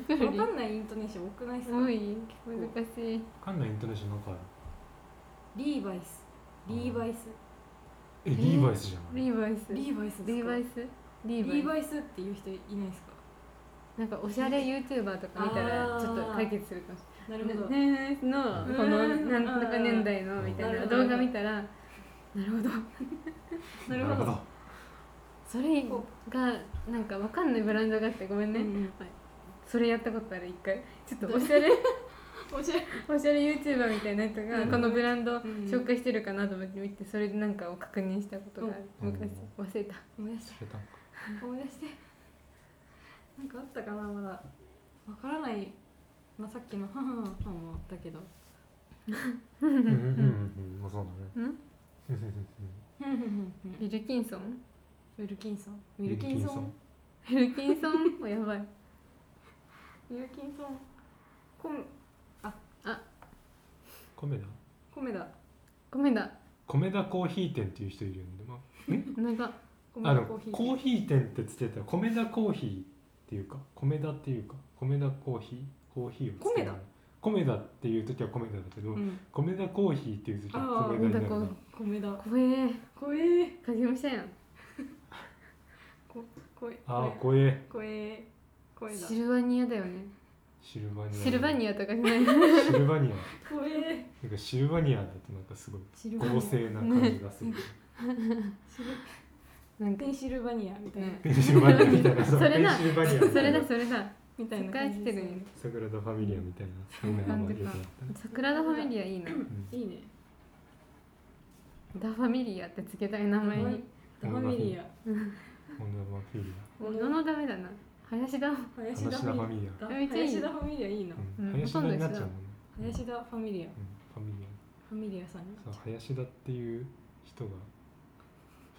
S2: ぐ
S3: り
S2: る
S3: わ
S2: り
S3: かんないイントネーション多くないっすか
S2: 多い難しい
S1: 関連イントネーションなんかある
S3: リーバイスリーバイス
S1: えリーバイスじゃない
S2: リーバイス
S3: リーバイス
S2: リーバイ
S3: ス
S2: スリー
S3: リー
S2: バイ
S3: バイスっていう人いないですか
S2: スなんかおしゃれ YouTuber とか見たら
S3: あー
S2: ちょっと解決するかもし
S3: な
S2: れ
S3: るほど、
S2: ないねねねのこの
S3: うん
S2: なんとか年代のみたい
S3: な
S2: な
S3: るほど
S2: 動画見たらなるほど
S3: なるほど
S2: それがなんかわかんないブランドがあってごめんね、
S3: うんうん
S2: それやったことある一回ちょっとおしゃれ
S3: 面白い
S2: おしゃれ YouTuber みたいな人が
S3: うん
S2: このブランド
S3: ん
S2: 紹介してるかなと思って見てそれでなんかを確認したことがある
S1: うん
S2: 昔忘れた
S3: 思い出して
S1: 知れたんか
S3: 思い出してなんかあったかなまだわからないまあさっきの「ははは」もあったけど
S1: うんうんうんうん そうだね
S2: ん
S1: うんうんうん
S3: ふん
S2: ウ
S3: ふんふんふん
S2: ィルキンソン
S3: ウィルキンソンウ
S1: ウ
S3: ィルキンソン
S2: ウィルキンソン もやばい
S3: ウィルキンソンコン
S1: 米田
S3: 米だ
S2: ごめんだ
S1: 米田コーヒー店っていう人いるよねでも
S2: なんか
S3: 米
S1: あ
S3: 田
S1: の
S3: コーヒー
S1: コーヒー店ってつけたら米田コーヒーっていうか米田っていうか米田コーヒーコーヒーをつける米田っていう時は米田だけど、
S3: うん
S1: 米田コーヒーっていう時は米田
S2: な
S1: にな
S2: んだ
S1: る
S2: こ
S1: な
S2: う
S3: 米だ
S2: 怖え
S3: こえ
S2: 影武者やん
S3: ここえ
S1: あー怖え
S3: こえこえだ
S2: シルバニアだよね
S1: シルバニア
S2: シルバニアとかじゃない
S1: アシルバニア
S3: こえ
S1: なんかシルバニアだとなんかすごい
S3: シルバニ
S1: 合
S3: ア
S1: 成な感じがする
S3: シル
S2: なんか
S3: ペンシルバニアみたいな、
S2: ね
S1: ペンシルバニアみたいな
S2: それな
S1: ペンシルバニア
S2: それだそれだ
S3: みたいな
S2: 世界
S3: 感じ
S2: 来
S3: で
S2: て
S3: す
S2: る
S3: よ
S2: ん
S3: ね
S2: や
S1: サグラダ・ファミリアみたいなそんな名前でよくなったね
S2: 桜田ファミリアいいな
S3: うんいいね
S2: ダファミリアってつけたい名前に
S3: ファミリア
S1: ホンダ・ファミリ
S2: もうのダメだな林田も
S1: ア
S3: 林
S1: 林
S3: 田
S1: 田
S3: フ
S1: ファ
S3: ァミ
S1: ミリ
S3: リア
S2: めっちゃいい
S3: 林田ファミリアいいな
S1: ア、う
S2: うん
S1: ん、林田になっちゃうもんね
S3: 林田ファミリア
S1: うん、ファミリア
S3: ファミリアさんに
S1: そう林田っていう人が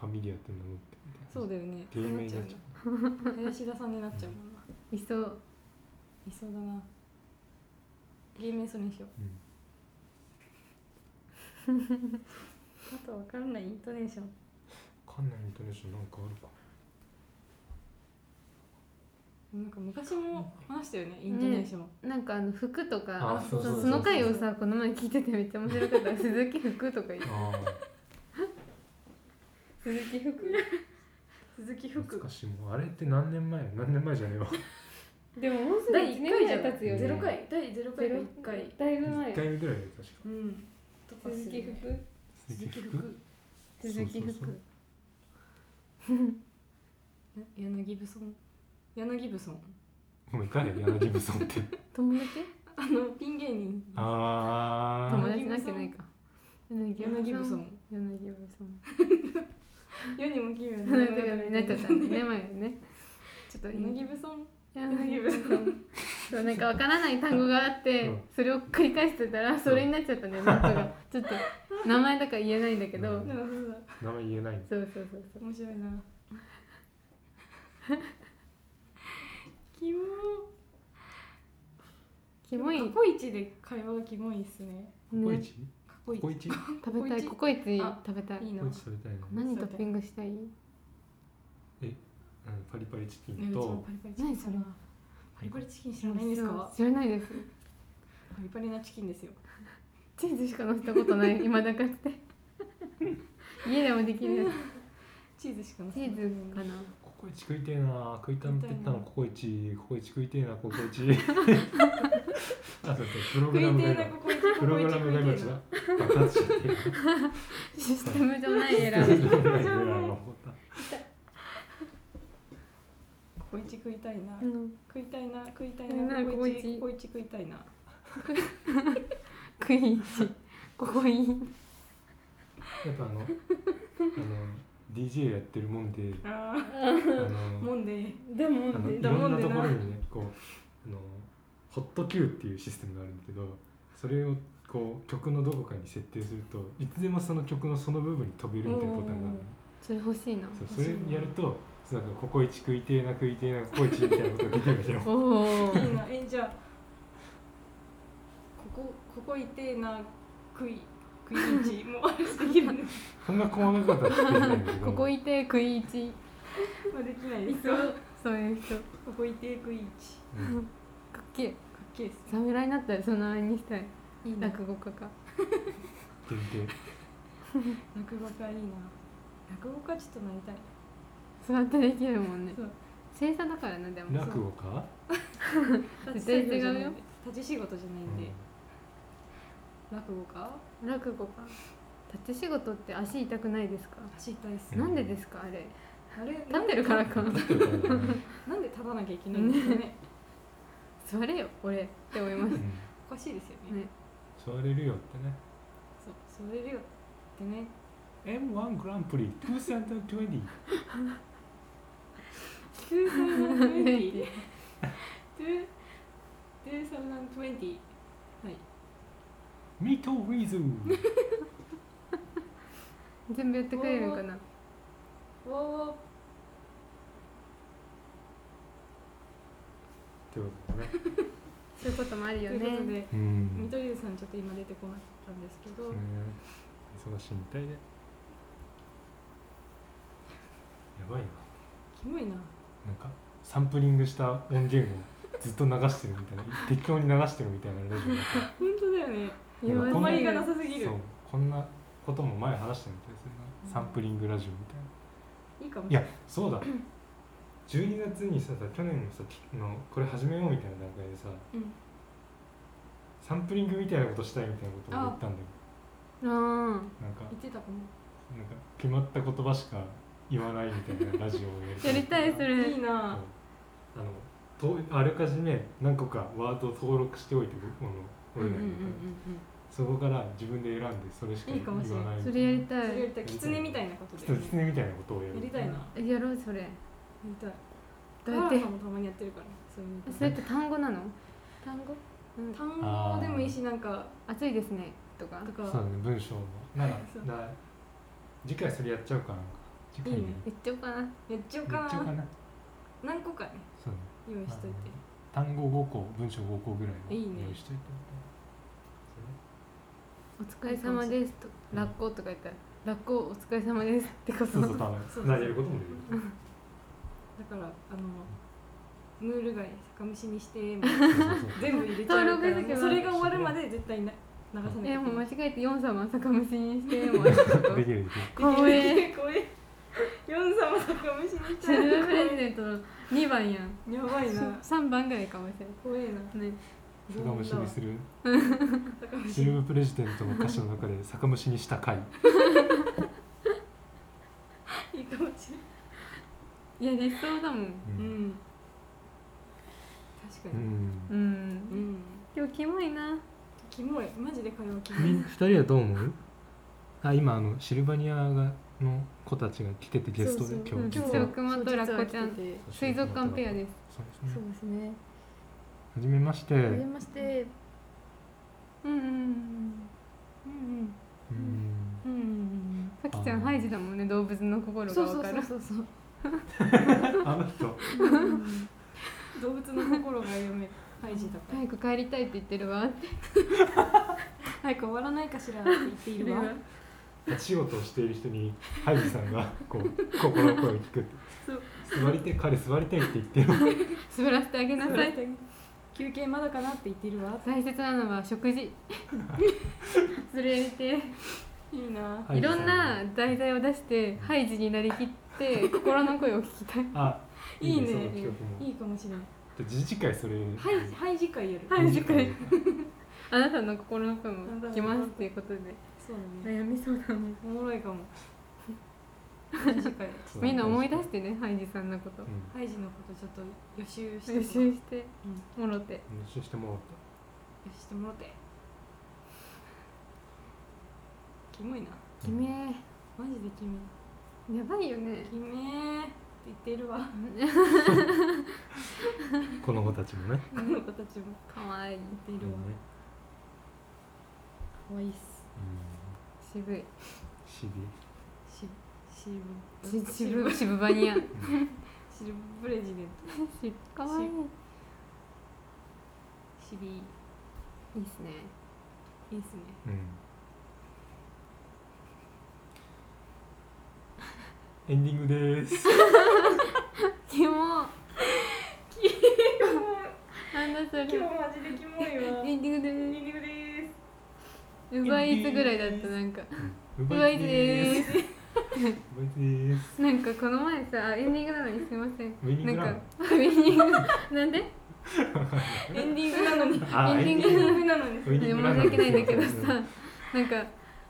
S1: ファミリアって名乗ってみたいな
S3: そうだよね
S1: 芸名になっちゃ
S3: う林田さんになっちゃうもんない
S2: そう
S3: いそうだな芸名それにしよう
S1: う、うん、
S3: あとわからないイントネーション
S1: わかんないイントネーションなんかあるか
S3: なんか昔も話したよねイントネーション、
S2: なんかあの服と
S1: あ
S2: か
S1: そうそうそうそう
S2: その回をさこの前聞いててめっちゃ面白 かった鈴木福とか言う
S1: なあ
S2: 鈴木福
S3: 鈴木
S1: あ
S3: 福
S1: 懐かしいもうあれって何年前何年前じゃねえわ
S2: でももうすぐ
S3: 第
S2: 1
S3: 1
S2: 年
S3: 回
S2: ぐ
S3: じ
S2: ら
S3: ゃ
S2: い
S3: な
S2: 経
S3: い
S2: つよ
S1: ゼ
S3: ゼ
S1: ロ
S3: ロ
S2: ね
S3: 回第ゼロ
S2: ゼ
S3: 回か
S2: ロ
S3: 1回
S2: だいぶ
S1: 1
S2: 前
S1: 回目ぐらいで確か
S3: うんとか
S2: 鈴木福
S3: 鈴木
S1: 福
S3: 福
S2: 鈴木
S1: そうそうそう
S2: 福
S3: な柳ブソン柳ブソン
S1: もういかね柳武装って
S2: 友達
S3: あのピン芸人
S1: あ
S2: 友
S1: あ
S2: 達なってないか柳
S3: 柳ブソ
S2: さん
S3: ン
S2: 柳部さん
S3: 世にも奇妙
S2: なんかなっちゃったんだね前ねちょっと
S3: 柳ブソン
S2: 柳部さんそうなんかわからない単語があって、
S1: うん
S2: それを繰り返してたらそれになっちゃったねなんとかちょっと名前だから言えないんだけど、
S1: うん
S3: なるほど
S1: 名前言えないんだ
S2: そうそうそうそう
S3: 面白いなキモ
S2: キモい、
S3: 過去一で会話がキモいっすね
S1: ココイ
S2: ね、
S1: チコ
S3: 過去
S1: コイチコ
S2: 食べ
S3: 一
S2: たい
S3: コ
S2: ココイチ
S3: あ
S2: 食べたい
S3: いいな
S1: コイチ食べたいな
S2: 何トッピングしたい
S1: うんパリパリチキ
S3: ね
S1: ン
S3: うち
S1: と
S3: もパリパリチキン
S2: 何それ
S3: かなパリパリチキン知らないんですか
S2: 知らないです
S3: パリパリなチキンですよ
S2: チーズしか乗せたこと ない今だかつて家でもできるや
S3: チーズしか
S2: つチーズかな
S1: ココイチ食いてえな食いたんって言ったの
S3: 食
S1: ココイチココイチ食いてえなココイチあそうそうプロ
S3: 食
S1: グ
S3: い
S1: ラム
S3: て
S1: が
S3: えな
S1: 今
S3: ここ一
S1: プログラムが今ち
S3: な
S1: ょ爆発しちゃってる
S2: システムじゃないエ ラー
S1: じゃないぐらいの
S3: ここ一食いたいな
S2: うん
S3: 食いたいな食いたい
S2: 食いたい
S3: な
S2: な
S3: こ
S2: こ
S3: こ
S2: こ
S3: 一
S2: 一
S3: ここ一食いたいな
S2: クイーンチココイン
S1: やっぱあのあの DJ やってるもんで
S3: あ
S1: あ
S3: あ
S1: の
S3: もんで
S2: でも
S1: あのい
S3: だ
S1: ろ
S3: も
S1: ん
S3: ん
S1: な
S3: で
S1: と
S3: な
S1: ころにねこうあのホット Q っていうシステムがあるんだけどそれをこう曲のどこかに設定するといつでもその曲のその部分に飛べるみたいなボタンがあるの
S2: それ欲しいな。
S1: そうそれやるとそうなんかここ一食いてえな食いてえなここ一みたいなことができるんですよ
S2: おお
S3: いいなえじゃあここここいてえな食い食い 一もうあれできるんです
S1: そんな細かかったら作れないんだけど
S2: ここいてクイーチ
S3: まあできない
S2: い
S3: です
S2: そうそういう人か
S3: ここいてえ食い一
S1: うん
S2: っけえ
S3: かっけえっす
S2: 侍になったらそのあれにしたい
S3: いいな
S2: 落語家か
S1: 限定
S3: 落語家いいな落語家ちょっとなりたい
S2: 座ってできるもんね
S3: そう
S2: 正座だからなでも
S1: 落語か、
S2: 絶対違うよ
S3: 立ち作業じゃないんで立ち仕事じゃないんで、落語家
S2: 落語か立ち仕事って足痛くないですか、
S3: 走りたいっす、
S1: うん
S2: なんでですかあれ
S3: あれ
S2: 立ってるからか
S1: うん、立ってるからね、
S3: なんで立たなきゃいけないんですかね
S2: 座れよ俺って思いま
S1: う
S2: し
S1: ん、
S3: おかしいですよ
S2: た
S3: ね
S2: ね
S1: 座れるよってね
S3: そうそれるよってね
S1: M1 グランプリ2020
S3: 2020 2020はい
S1: ミトリズム
S2: 全部やってくれるんかな
S3: わーわ
S1: ということでね、
S2: そういうこともある
S3: ー
S2: よ
S3: ということ
S2: ね
S3: で
S4: う
S3: み
S4: ん
S3: どりゅうさんちょっと今出てこなかったんですけど、
S1: ね忙しいみたいでやばいな
S3: キモいな
S1: なんかサンプリングした音源をずっと流してるみたいな適当に流してるみたいなラジオだか
S3: 本当だよね
S1: いや
S2: 弱
S1: こん
S3: ま
S1: な
S3: り
S2: い
S3: が
S2: よ
S3: なさすぎ
S1: ら
S3: る
S1: そうこんなことも前話したみたいですねサンプリングラジオみたいない
S3: いかも
S1: いやそうだ12月にさ去年のさきのこれ始めようみたいな段階でさ、
S3: うん
S1: サンプリングみたいなことしたいみたいなことを言ったんだよ
S2: あ
S1: なんか
S3: 言ってたかも
S1: なんか決まった言葉しか言わないみたいなラジオをやり
S2: ーやりたいそれ
S3: いいな
S1: あのとあらかじめ何個かワードを登録しておいてこの俺らの中で、そこから自分で選んでそれしか
S3: いい
S1: 言
S3: かもしれ
S1: わ
S3: な
S1: ない
S2: それやり
S1: ち
S2: た
S3: それよ
S2: い
S3: りたい狐みたいなことだ
S1: ょ
S3: よ
S1: っと
S3: ね
S1: 狐みたいなことをやる
S3: やりたいなや
S2: やろうそれ
S3: りたい
S2: ど
S3: 田
S2: うやって
S3: 原さんもたまにやってるからそういうの
S2: それって単語なの
S3: 単語
S2: うん
S3: 単語でもいいしなんか
S2: 暑いですねとか
S3: と
S1: そ
S3: か
S1: うだね文章もなんか
S3: そう
S1: だ次回それやっちゃうかなんか次回
S3: いい
S1: や
S3: ね
S2: 言っちゃおうかな
S3: めっちゃおう
S1: っちゃ
S3: か
S1: おうか
S3: な
S1: な
S3: 何個かね
S1: そうね
S3: 用意しとい
S1: あの単語5個文章5個ぐらいを
S3: いいね
S1: 用意しといて
S2: お疲れ様ですとラッコとか言ったらラッコお疲れ様ですってこ
S1: そ
S2: と
S1: うそう多
S3: そう
S1: 分やることもできる
S3: てだからあのムール貝酒蒸しにして
S1: そうそうそう
S3: 全部入れちゃう
S2: 登
S3: か
S2: 録
S3: ら
S2: だけは
S3: それが終わるまで絶対な流さな い
S2: えもう間
S3: マ
S2: 違
S3: ジ
S2: えてヨン様酒蒸しにしてもうちょっと
S1: できるできる
S2: 光栄
S3: 怖えヨン様酒蒸しにし
S2: シルブプレ
S3: て
S2: ゼントの2番や ん
S3: やばいな
S2: 3番ぐらいかもしれ
S3: 怖えな
S2: ないね
S1: 酒蒸しにする
S3: 酒蒸
S1: シ
S3: し
S1: ルブプレジデントの歌詞の中で酒蒸しにした回
S3: いいかもしれな
S2: い
S3: い
S2: や理想だもん
S1: う、
S3: うんん確
S1: う
S3: かに
S1: ん
S2: う
S3: うんん
S2: 今日キモいな
S3: キモいマジで会話キモ
S4: み
S3: い
S4: ん2人はどう思うあ今あのシルバニアがの子たちが来ててゲストで
S3: そうそう
S4: 今
S2: うん
S4: 日実は
S2: 今日
S4: そう
S2: は熊とラッコちゃん
S3: そう
S2: 水族館ペアです
S4: ですね
S3: ですね
S4: はじめまして、うん
S2: ましてうんうん
S3: うん
S4: うん、
S3: うんうん
S2: さきちゃんハイジだもんね動物の
S3: うん
S2: 心が
S3: そう
S2: わ
S3: そう
S2: か
S3: そう
S2: る
S3: そうそう
S1: あの人
S3: 動物の心が読めるハイジだから
S2: 早く帰りたいって言ってるわって
S3: 早く終わらないかしらって言っているわ
S2: 言ってるわ
S1: 立ち仕事をしている人にハイジさんがこう心の声を聞くって
S3: そう
S1: 座りて彼座りたいって言ってる
S2: 滑らせてあげなさい
S3: 休憩まだかなって言っているわ
S2: 大切なのは食 事それやりて
S3: いいな
S1: はい
S2: いろんな題材を出してハイジになりきって心の声を聞きたい
S1: あ
S3: いいね
S1: その記憶も
S3: いいかもしれない
S1: で次次回それ
S3: ハイハイジ会やる
S2: ハイジ会あなたの心の声も聞きますっていうことで
S3: そうだね
S2: 悩み相談も
S3: おもろいかもハイジ 会
S2: みんな思い出
S1: し
S2: してねハイジさんのこと
S1: うん
S3: ハイジのことちょっと予習して
S2: 予習
S3: 予
S2: してもろて
S1: 練習してもらっ
S3: 習してもろてキモいな
S1: た
S2: キメ
S3: マジでキモい
S2: やばいよね
S3: キメーって言っているわ
S1: この子たちもね
S3: この子たちも
S2: かわいい
S3: 言っているわ
S1: うん
S3: 可愛いっす
S2: 渋い
S1: シビ
S3: しシル
S2: し渋渋バニア
S3: シルブレジデン
S2: しかわいい
S3: トシビい
S2: いいっすね
S3: いっすね
S1: うんエンディングです
S2: キモなんだそれ
S3: 今日マジでキモいわ
S2: エンディングで
S3: エンデ
S2: ー
S3: ィングです
S2: すウバイーツぐらいだったなんか
S1: う
S2: ウバイーツでーす
S1: バれです
S2: なんかこの前さあエンディングなのにすいません
S1: ウィニングラ
S2: な
S1: ン
S2: んかウィニング なんで
S3: エンディングなの にエンデ
S1: あ
S2: エ
S3: ィ
S2: ン
S3: ン
S2: ディング
S3: グなのに
S1: ウィニング
S2: 申し
S1: ラン
S2: 訳ないんだけどさ
S1: そうそう
S2: なんか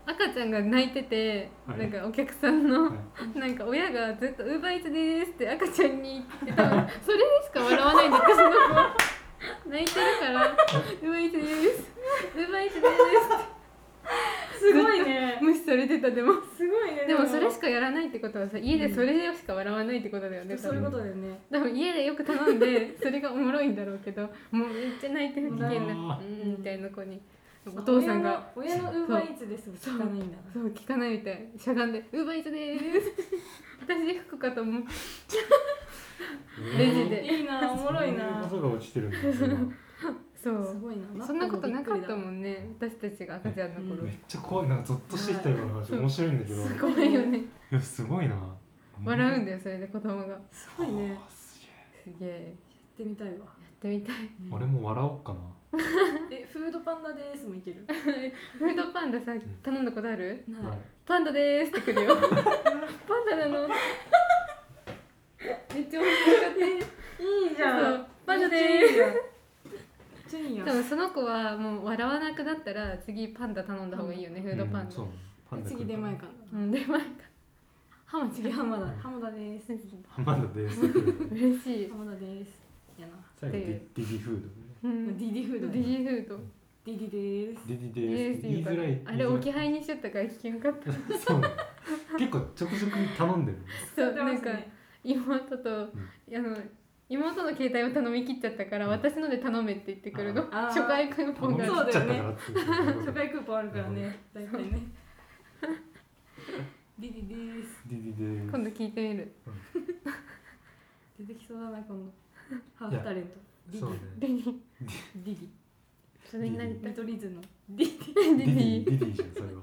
S2: 赤ちゃんが泣いてて、
S1: はい
S2: なんかお客さんの、
S1: は
S2: なんか親がずっと「ウーバーイーツです」って赤ちゃんに言って多分それでしか笑わないんだけど泣いてるから「ウーバーイーツです」「ウーバーイーツです」
S3: すごい ね
S2: 無視されてたでも
S3: すごいね
S2: でもそれしかやらないってことはさ家でそれしか笑わないってことだよね、多
S3: そうい
S2: 分
S3: うことだよね
S2: でも家でよく頼んでそれがおもろいんだろうけどもうめっちゃ泣いてる危険
S1: う
S2: な
S1: わ
S2: う
S3: ー
S2: んみたいな子にお父さんが
S3: 親のウーバーイーツです聞かないんだ
S2: そう聞かないみたいしゃがんで「ウーバーイーツで ーす」私服かと思う
S1: い
S2: レジで
S3: いいなおもろいな
S1: そううことが落ちてるんですよ
S2: そ
S3: す
S2: う
S3: ごいな
S2: そんなことなかったも
S3: ん
S2: んね私たちが赤ちゃんの頃
S1: めっちゃ怖いなんかゾッとしてきたような話面白いんだけどい
S2: すごいよね
S1: やすごいな
S2: 笑うん
S1: だ
S2: だよそれで子供が
S3: すごいねやっ
S1: すげえ
S2: すげえや
S3: てみたいわ
S2: ってみた い
S1: 俺も笑おうかな
S3: えフードパンダですもいける
S2: フードパンダさ頼んだことある
S1: はい
S2: パンダでーすって来る よ。パンダな の。めっちゃ面白かっ
S3: いいじ
S2: た。
S3: ゃ
S2: そ
S3: ん
S2: うパンダで
S3: めっ
S2: ーす。
S3: ちゃいいや
S2: 多分その子はもう笑わなくなったら次パンダ頼んだ方がいいよね、フードパン
S1: うん
S2: ダ
S1: そう。パンダ
S3: 次出前か
S2: う、
S3: なん
S2: 出前 か。浜ち
S3: 次
S2: ゃん。
S3: 浜田浜田です
S1: パンダです
S2: 嬉しい。
S3: 浜田ですやな
S1: 最後ディディディフード
S2: う
S3: デ
S2: ん。ディ
S3: ィディフード
S2: デ
S3: です
S2: ィフード。
S3: ディディです
S1: ディデ
S2: デ
S1: ィ
S2: ィ
S1: ですっ
S2: フ
S1: て
S2: ー
S1: 言い
S2: ド
S1: づらい
S2: あれ置き配にしちゃったから聞けんかった。
S1: そうなの結構ちょくちょく頼んでる
S2: そう、なんか妹と、あの。妹の携帯を頼み切っちゃったから、
S1: うん
S2: 私ので頼めって言ってくるの
S3: あー
S2: 初回クーポ
S1: 頼
S2: ン
S1: み切
S2: が
S3: そ
S1: っ
S3: う
S1: ちゃったからって
S3: 初回クーポンあるからね大体ねディディです
S1: ディディで
S2: 今度聞いてみる
S3: 出てきそうだな 今度ハーフタレントデ
S1: す
S3: ィデ
S1: そう
S3: ィ
S1: ね
S2: ディ
S3: ディディ
S2: それになりた
S3: 見
S2: い
S3: 取り図のディディ
S1: デ
S2: デ
S1: ィディ
S2: ィディ
S1: ディディじゃんそれは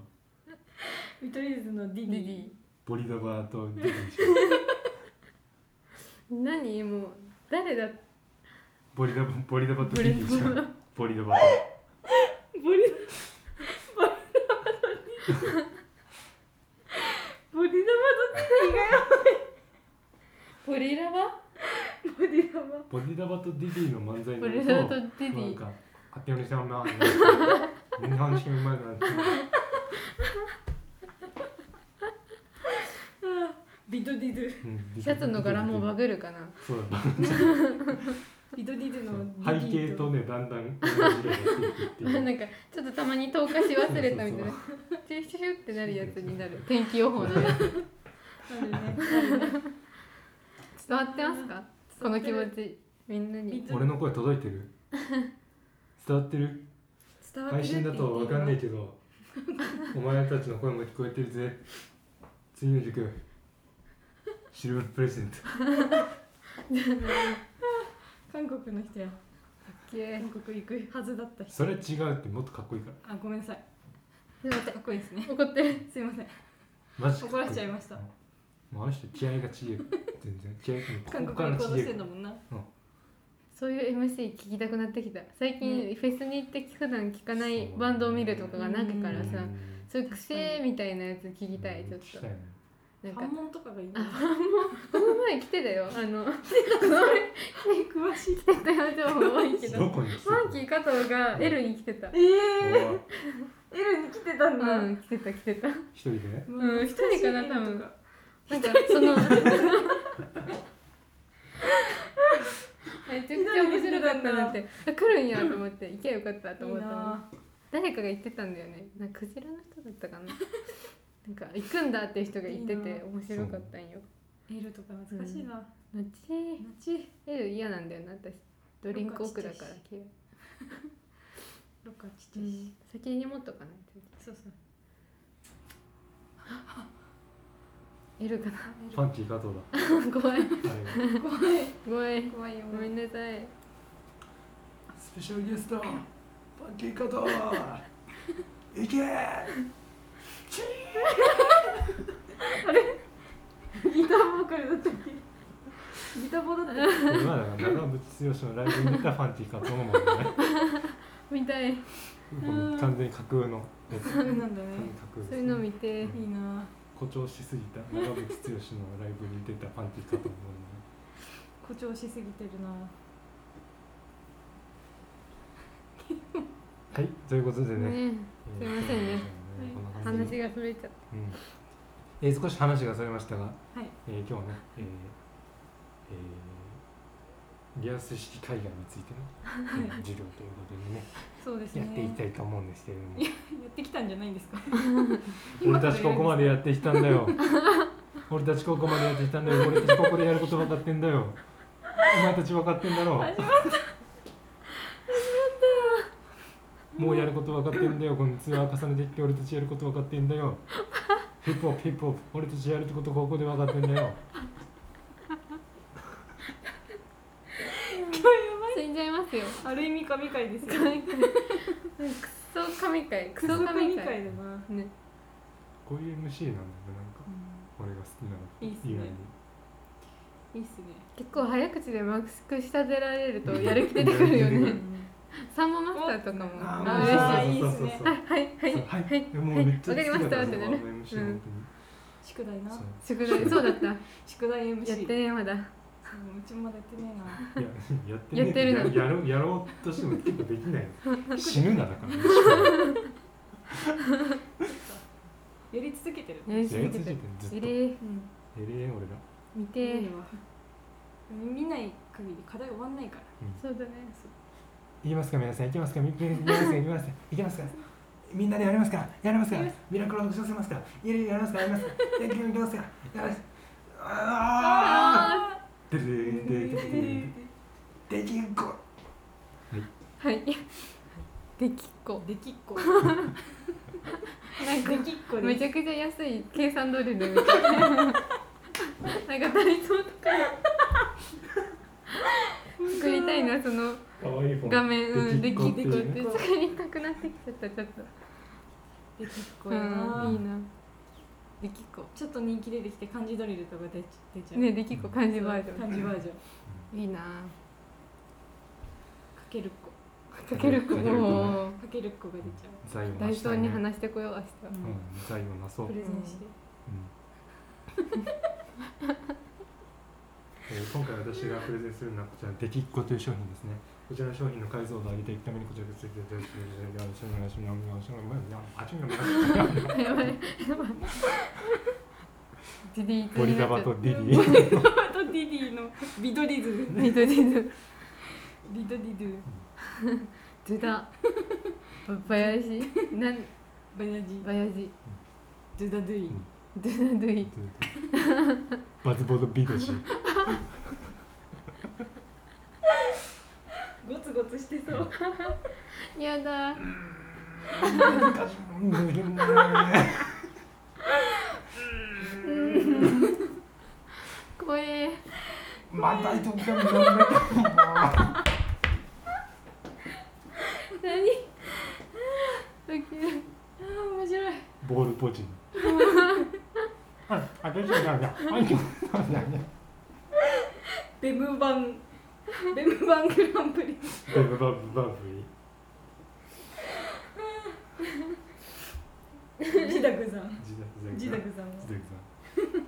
S3: 見取り図のディディ
S1: ボリダバとディディじゃん
S2: 何もう誰だ
S1: ボリダバボリダバとディディじゃ
S2: ボリダ
S1: んボリダバと
S3: ボリボリ
S2: ボリラバ
S3: ダマボリダマ
S1: ボリダバとディディの漫才
S2: ボ
S1: になる
S2: リラバ
S1: と
S2: とディデ
S1: なん
S2: ィ
S1: か勝手にしゃんま 日本人うまいなって
S3: ビドディズ
S1: うん
S2: シャツの柄もバグるかな
S1: そうだ
S3: ビドディズの
S1: 背景とねだんだん同じ色がついていって
S2: なん かちょっとたまに投下し忘れたみたいなチューシュシュってなるやつになる天気予報のね
S3: なるねなるね
S2: 伝わってますかこの気持ちみんなに
S1: 俺の声届いてる伝わってる
S3: 伝わってる
S1: 配信だとわかんないけどお前たちの声も聞こえてるぜ次の塾シルバープレゼント
S3: 韓国の人や
S2: きれい
S3: 韓国行くはずだった人
S1: それは違うってもっとかっこいいから
S3: あごめんなさい
S2: でも
S3: かっこいいですね
S2: 怒ってる
S3: すいません
S1: マジかっこ
S3: 怒
S1: いい
S3: らしちゃいました
S1: もうあの人気合が違う全然気合が
S3: 韓
S1: もうここ
S3: 国
S1: から
S3: 行こうと
S1: 違
S3: してん
S1: う
S3: だもんな
S2: そういう MC 聞きたくなってきた最近
S3: ね
S2: フェスに行って普段聞かないバンドを見るとかがなくからさ
S1: うん
S2: そういう癖みたいなやつ聞きたいちょっ
S1: 聞き
S2: と
S1: たいね
S2: なんか
S3: 反問とかがいいな
S2: この前来てたよあの
S3: 詳しい
S2: 来てたよ情報多いけど
S1: どこに来てた
S2: マンキー加藤が L に来てた
S3: ええー、L に来てたんだ、
S2: うん来てた来てた
S1: お一人で
S2: うん一人かな多分なんかそのめちゃくちゃ面白かったなってあ来るんやと思って行けばよかったと
S3: い
S2: 思
S3: い
S2: ったの
S3: な
S2: 誰かが言ってたんだよねなんかクジラの人だった かななんか行くんだって人が言ってて
S3: いいな
S2: 面白かったんよ
S3: L とか難しいな、
S2: ナチ
S3: ナチ
S2: L 嫌なんだよな私ドリンク奥だから嫌い、
S3: ロッカーちっち
S2: う
S3: ゃいし、
S2: ん、先に持っとかないと
S3: そうそう
S2: L かな
S1: ファンキー加藤だ
S2: 怖
S1: あ
S2: い
S1: れ
S3: 怖い
S2: 怖い
S3: 怖いよ
S2: ごめんなさい
S1: スペシャルゲストファンキー加藤いけ
S3: ギターボー カルだったっけギターボーだったっけ
S1: 今だから長渕剛のライブに出たファンキー加藤のもんね
S2: 見たい
S1: この完全に架空のやつ完
S3: そうなんだね
S1: 全に架空
S2: そう
S1: で
S2: い
S1: す
S2: うの
S1: ね
S2: 見て
S3: いいな
S1: 誇張しすぎた長渕剛のライブに出たパンティかと思う
S3: 誇張しすぎてるな
S1: のではいということでね
S2: ねすいませんね
S1: えーこんな感じで
S2: 話がそれちゃっ
S1: うんえー少し話がそれましたが、
S3: い
S1: えー今日はね、えーえーリアス式海岸についての、えー授業ということでね
S3: そうですね
S1: やっていきたいと思うんですけれども
S3: やってきたんじゃないんですか
S1: 俺たちここまでやってきたんだよ俺たちここまでやってきたんだよ俺たちここでやること分かってんだよお前たち分かってんだろもうやること分かってんだよこのツアー重ねてきて俺たちやること分かってんだよヒップホップヒップホップ俺たちやるってことここで分かってんだよ
S2: た死んじゃいますよ
S3: ある意味神回ですよ
S2: 神回クソ神回ク
S3: ク
S2: ソ
S3: ソ
S2: 神
S3: 神
S2: 回
S3: 回だな
S2: ね
S1: こういう MC なんだよなんか俺が好きなの
S3: いいっすね
S1: 以外に
S3: いいっすね
S2: 結構早口でまくし立てられるとやる気出てくるよ
S1: う
S2: ね
S1: ん
S2: サンボマスターとかも
S3: あ
S2: あ
S3: ー
S2: 嬉しい
S3: 嬉しい
S1: そうそうそうそう
S2: はいはいはい
S1: そうはい、
S2: はい
S1: もうめっちゃ好きだから
S2: わかりましたってね
S1: あの MC
S2: うん
S1: 本
S3: 宿題
S1: 当に
S3: な
S1: そう
S2: 宿題そうだったや
S3: 宿題 MC
S2: ってねまだ
S3: そううちもまだやってね
S1: い
S3: え
S1: ややってね
S2: やってるの
S1: ややろうやろうとしても結構できないの死ぬなだから、ね、
S3: なやり続けてる
S2: やり
S1: や
S2: すぎ
S1: り
S2: て
S1: 続けて
S2: て
S1: ずっとえ
S2: えれ
S1: れ
S2: ー
S3: うん
S1: え俺ら
S2: 見
S3: 見
S2: て
S3: るわ見ない限り課題終わんないから
S2: そうだね
S1: いきますか皆さんいきますかみみいきますかいきますかいきますかみんなでやりますかやりますかミラクルを復唱せますかやりやりますかやりますかやりますかやりますかあ
S3: あ
S1: ーでででででできんこ
S2: はいできっこ
S3: できっ こ
S2: なんか
S3: できっこ
S2: めち
S3: で
S2: ゃくちゃ安い計算通りのみたいななんかダイソーとか作りたいなその
S1: かわいい
S2: 画面うんできっこっ
S1: でき
S2: て
S1: っこって
S2: 作りたくなってきちゃったちょっ
S3: できっ
S2: と
S3: こ
S2: う
S3: や
S2: ん
S3: ない
S2: いなできっこ
S3: ちょっと人気出てきて漢字ドリルとか出ち出ちゃう
S2: ねできっこ漢字バージョ
S3: 漢字バージョンか
S2: ンいいな
S3: けるっこ
S2: かけるこ
S1: かける子
S2: も
S3: かけるっこが出ちゃ
S1: 財を
S2: ダイ
S1: 成し
S2: ソ
S1: た
S2: ー
S1: い
S2: に
S1: ね
S2: 話してこよう明日
S3: う、
S1: うん財をなそう
S3: プレゼンして
S1: うんえー今回私がプレゼンするのはこちらデキッコという商品ですねこちらの商品の解像度を上げていくためにこちらでついていただきますお願いしますお願いしますお願いしますお願いしますお願いしますお願いしますお願いします
S2: やばいやばいディディ
S1: ボリタバとディディ
S3: あとディディのビドリズム
S2: ディドディド
S3: ビドディドゥ
S2: ドゥダばばやしなん
S3: バヤジ
S2: ばやじ
S3: ドゥダドゥイ
S2: ドゥダドゥイ
S1: バズボドビドシ
S3: ゴツゴツしてそう
S2: やだ怖え
S1: また一回見られなかっ
S2: 何ウケるあー面白い
S1: たボールポジはい、あ、大丈夫だよ。はい、大丈夫だよ。
S3: ベムバンベムバングランプリ
S1: ブブバブバブリ。
S3: ジダグザン
S1: ジダ
S3: ジダグザン
S1: ジダグ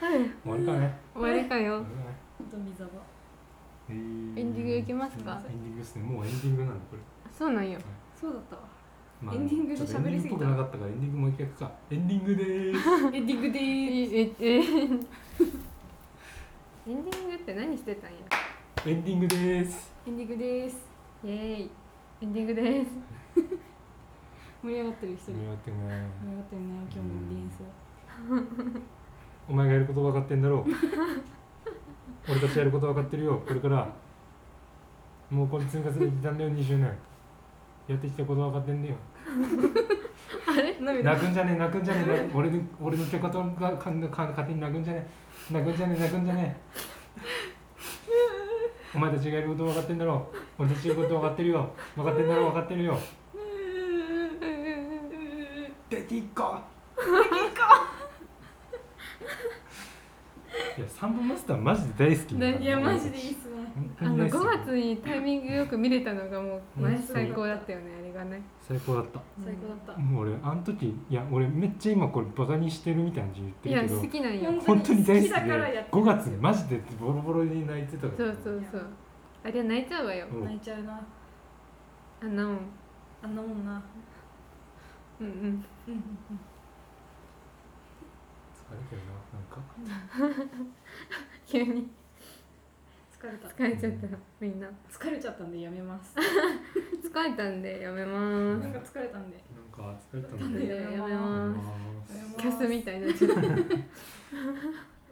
S2: は
S1: さ
S2: い
S1: ん。終わりかね。
S2: 終わりかよ
S3: あと水幅
S1: エン
S2: エンディングいきますか
S1: エンディングですね。もうエンディングなのこれ。
S2: そうなんよ
S3: そうだったわ
S1: まあ
S3: エンディングで喋りすぎ
S1: ちょっとエンディングっぽ
S3: た
S1: くなかったからエンディングもう一回行くか。エンディングでーす。
S3: エンディングで
S2: え
S3: ー
S2: ええエンディングって何してたんや
S1: エンディングでーす。
S3: エンディングでーす
S2: イエーイエンディングです
S3: 盛り上がってる一人
S1: 見終わってもね。
S3: 盛り上がってるね今日のオーディエンスは
S1: お前がやること分かってんだ ろう。俺たちやること分かってるよ。これから。もうこれ通過する時間だよ20年。やってきたこと分かってんだよ。
S3: 涙
S1: 泣くんじゃねえ泣くんじゃねえ泣く俺の俺の手ことがかんか勝手に泣くんじゃねえ泣くんじゃねえ泣くんじゃねえお前たちがやること分かってんだろ俺たちのこと分かってるよ分かってんだろ分かってるよできっこできっいやサンボマスターマジで大好き
S2: ね
S3: いやマジでいいっすね
S1: 本当
S2: あ
S1: に
S2: の
S1: 大好き
S2: 5月にタイミングよく見れたのがもう
S1: うん
S2: 最高だったよねあれがね
S1: 最高だった
S3: 最高だった、
S1: もう俺あの時いや俺めっちゃ今これバカにしてるみたいな感じ
S2: い
S1: で言って
S2: や
S1: る
S2: 好
S1: けど
S2: きなんよ
S3: 本
S1: 本当に大好き
S3: 好きだから
S1: で
S3: やってる
S1: 5月マジでボロボロに泣いてたから
S2: そうそうそうあれは泣いちゃうわよ
S1: うん
S3: 泣いちゃうな
S2: あんなもん
S3: あんなもんな
S2: うんうん
S3: うんうん
S1: 疲れてるななんか
S2: 急に
S3: 疲れた
S2: 疲れちゃったみんな
S3: 疲れちゃったんでやめます
S2: 疲れたんでやめま
S3: なんか疲れたんで
S1: なんか疲れたん
S2: す
S1: だ
S2: で
S1: よ
S2: や
S3: やめます
S2: めま
S1: やめます
S2: すキャスみたいになっちゃった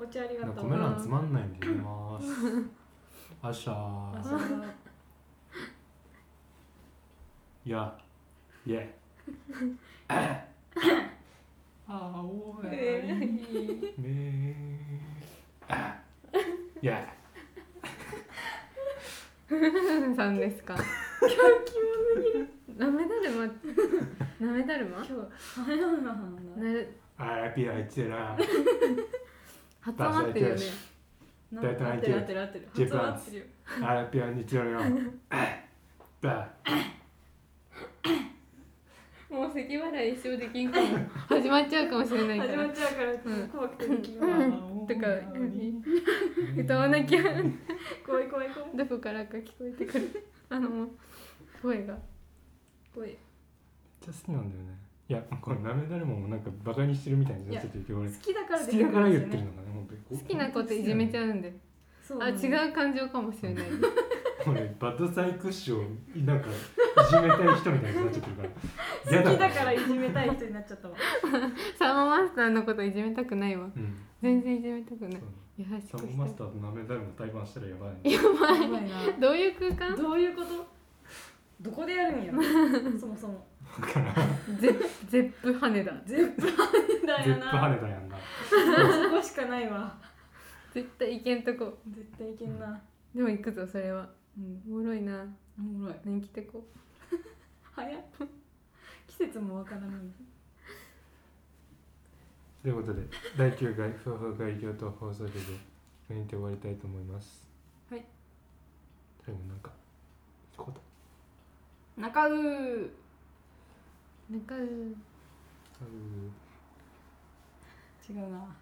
S3: お茶ありが
S1: なん
S3: と
S1: か
S3: う
S1: カメラつまんないんでやめますあしゃ
S3: あ
S1: ー
S3: そう
S1: いやいやあおい
S3: だ
S1: ねえいや
S2: さんですかなめだるまなめだるま
S3: 今日早いな
S2: なる
S1: あらピライチラ
S2: 発音合ってるよね
S3: な
S1: 大体
S3: 合
S1: 合
S3: っ
S1: ってて
S3: る
S1: る
S3: 合ってる合ってる
S1: ジェ
S3: 発
S1: パン
S3: 音合ってるよ
S1: あらピラニチラよだ
S2: もう咳払い一生できんかも始まっちゃうかもしれないか
S3: 始
S2: ら
S3: まっちゃうから
S2: ん
S3: 怖くてできんわ
S2: とか歌わなきゃ
S3: 怖い怖い怖い
S2: どこからか聞こえて くるあの声が
S3: 怖い
S1: めっちゃ好きなんだよねいやこれなめだるまもなんかバカにしてるみたいになっちゃってるけど俺
S3: 好きだから
S1: 好
S3: で
S1: き
S3: きる
S1: だ
S3: ん
S1: から
S3: で
S1: 言
S3: す
S1: っ
S3: よ
S1: てる
S3: ね
S1: のかね本当に
S2: 好きな子っていじめちゃうんで
S3: そう
S2: あ
S3: なんだ
S2: 違う感情かもしれない
S1: 俺バッドサイクッションなんかいじめたい人みたいになっちゃってるから嫌
S3: 好きだ
S1: ね
S3: からいじめたい人になっちゃったわ
S2: サンボマスターのこといじめたくないわ
S1: うん
S2: 全然いじめたくない
S1: そう
S2: 優し
S1: サ
S2: く
S1: ンボ
S2: し
S1: マス
S2: た
S1: ターとなめだるま対バンしたらやばいね
S3: やばいな
S2: どういう空間
S3: どういうことどこでやるんやろそもそも
S1: だから
S2: ゼゼップ羽根だ
S3: 絶対だ
S1: ゼ
S3: よ
S1: ップ跳ね
S3: な
S1: たやんな
S3: そこしかないわ
S2: 絶対いけんとこ
S3: 絶対いけんな
S2: でも行くぞそれはうんおもろいな
S3: おもろい
S2: 何着てこ
S3: 早っ季節もわからない
S1: ということで第9回夫婦会議と放送局でこれにて終わりたいと思います
S3: はい
S1: 最後なんかこうだ
S3: 中う
S2: うなんかう
S1: あのー
S3: 違うな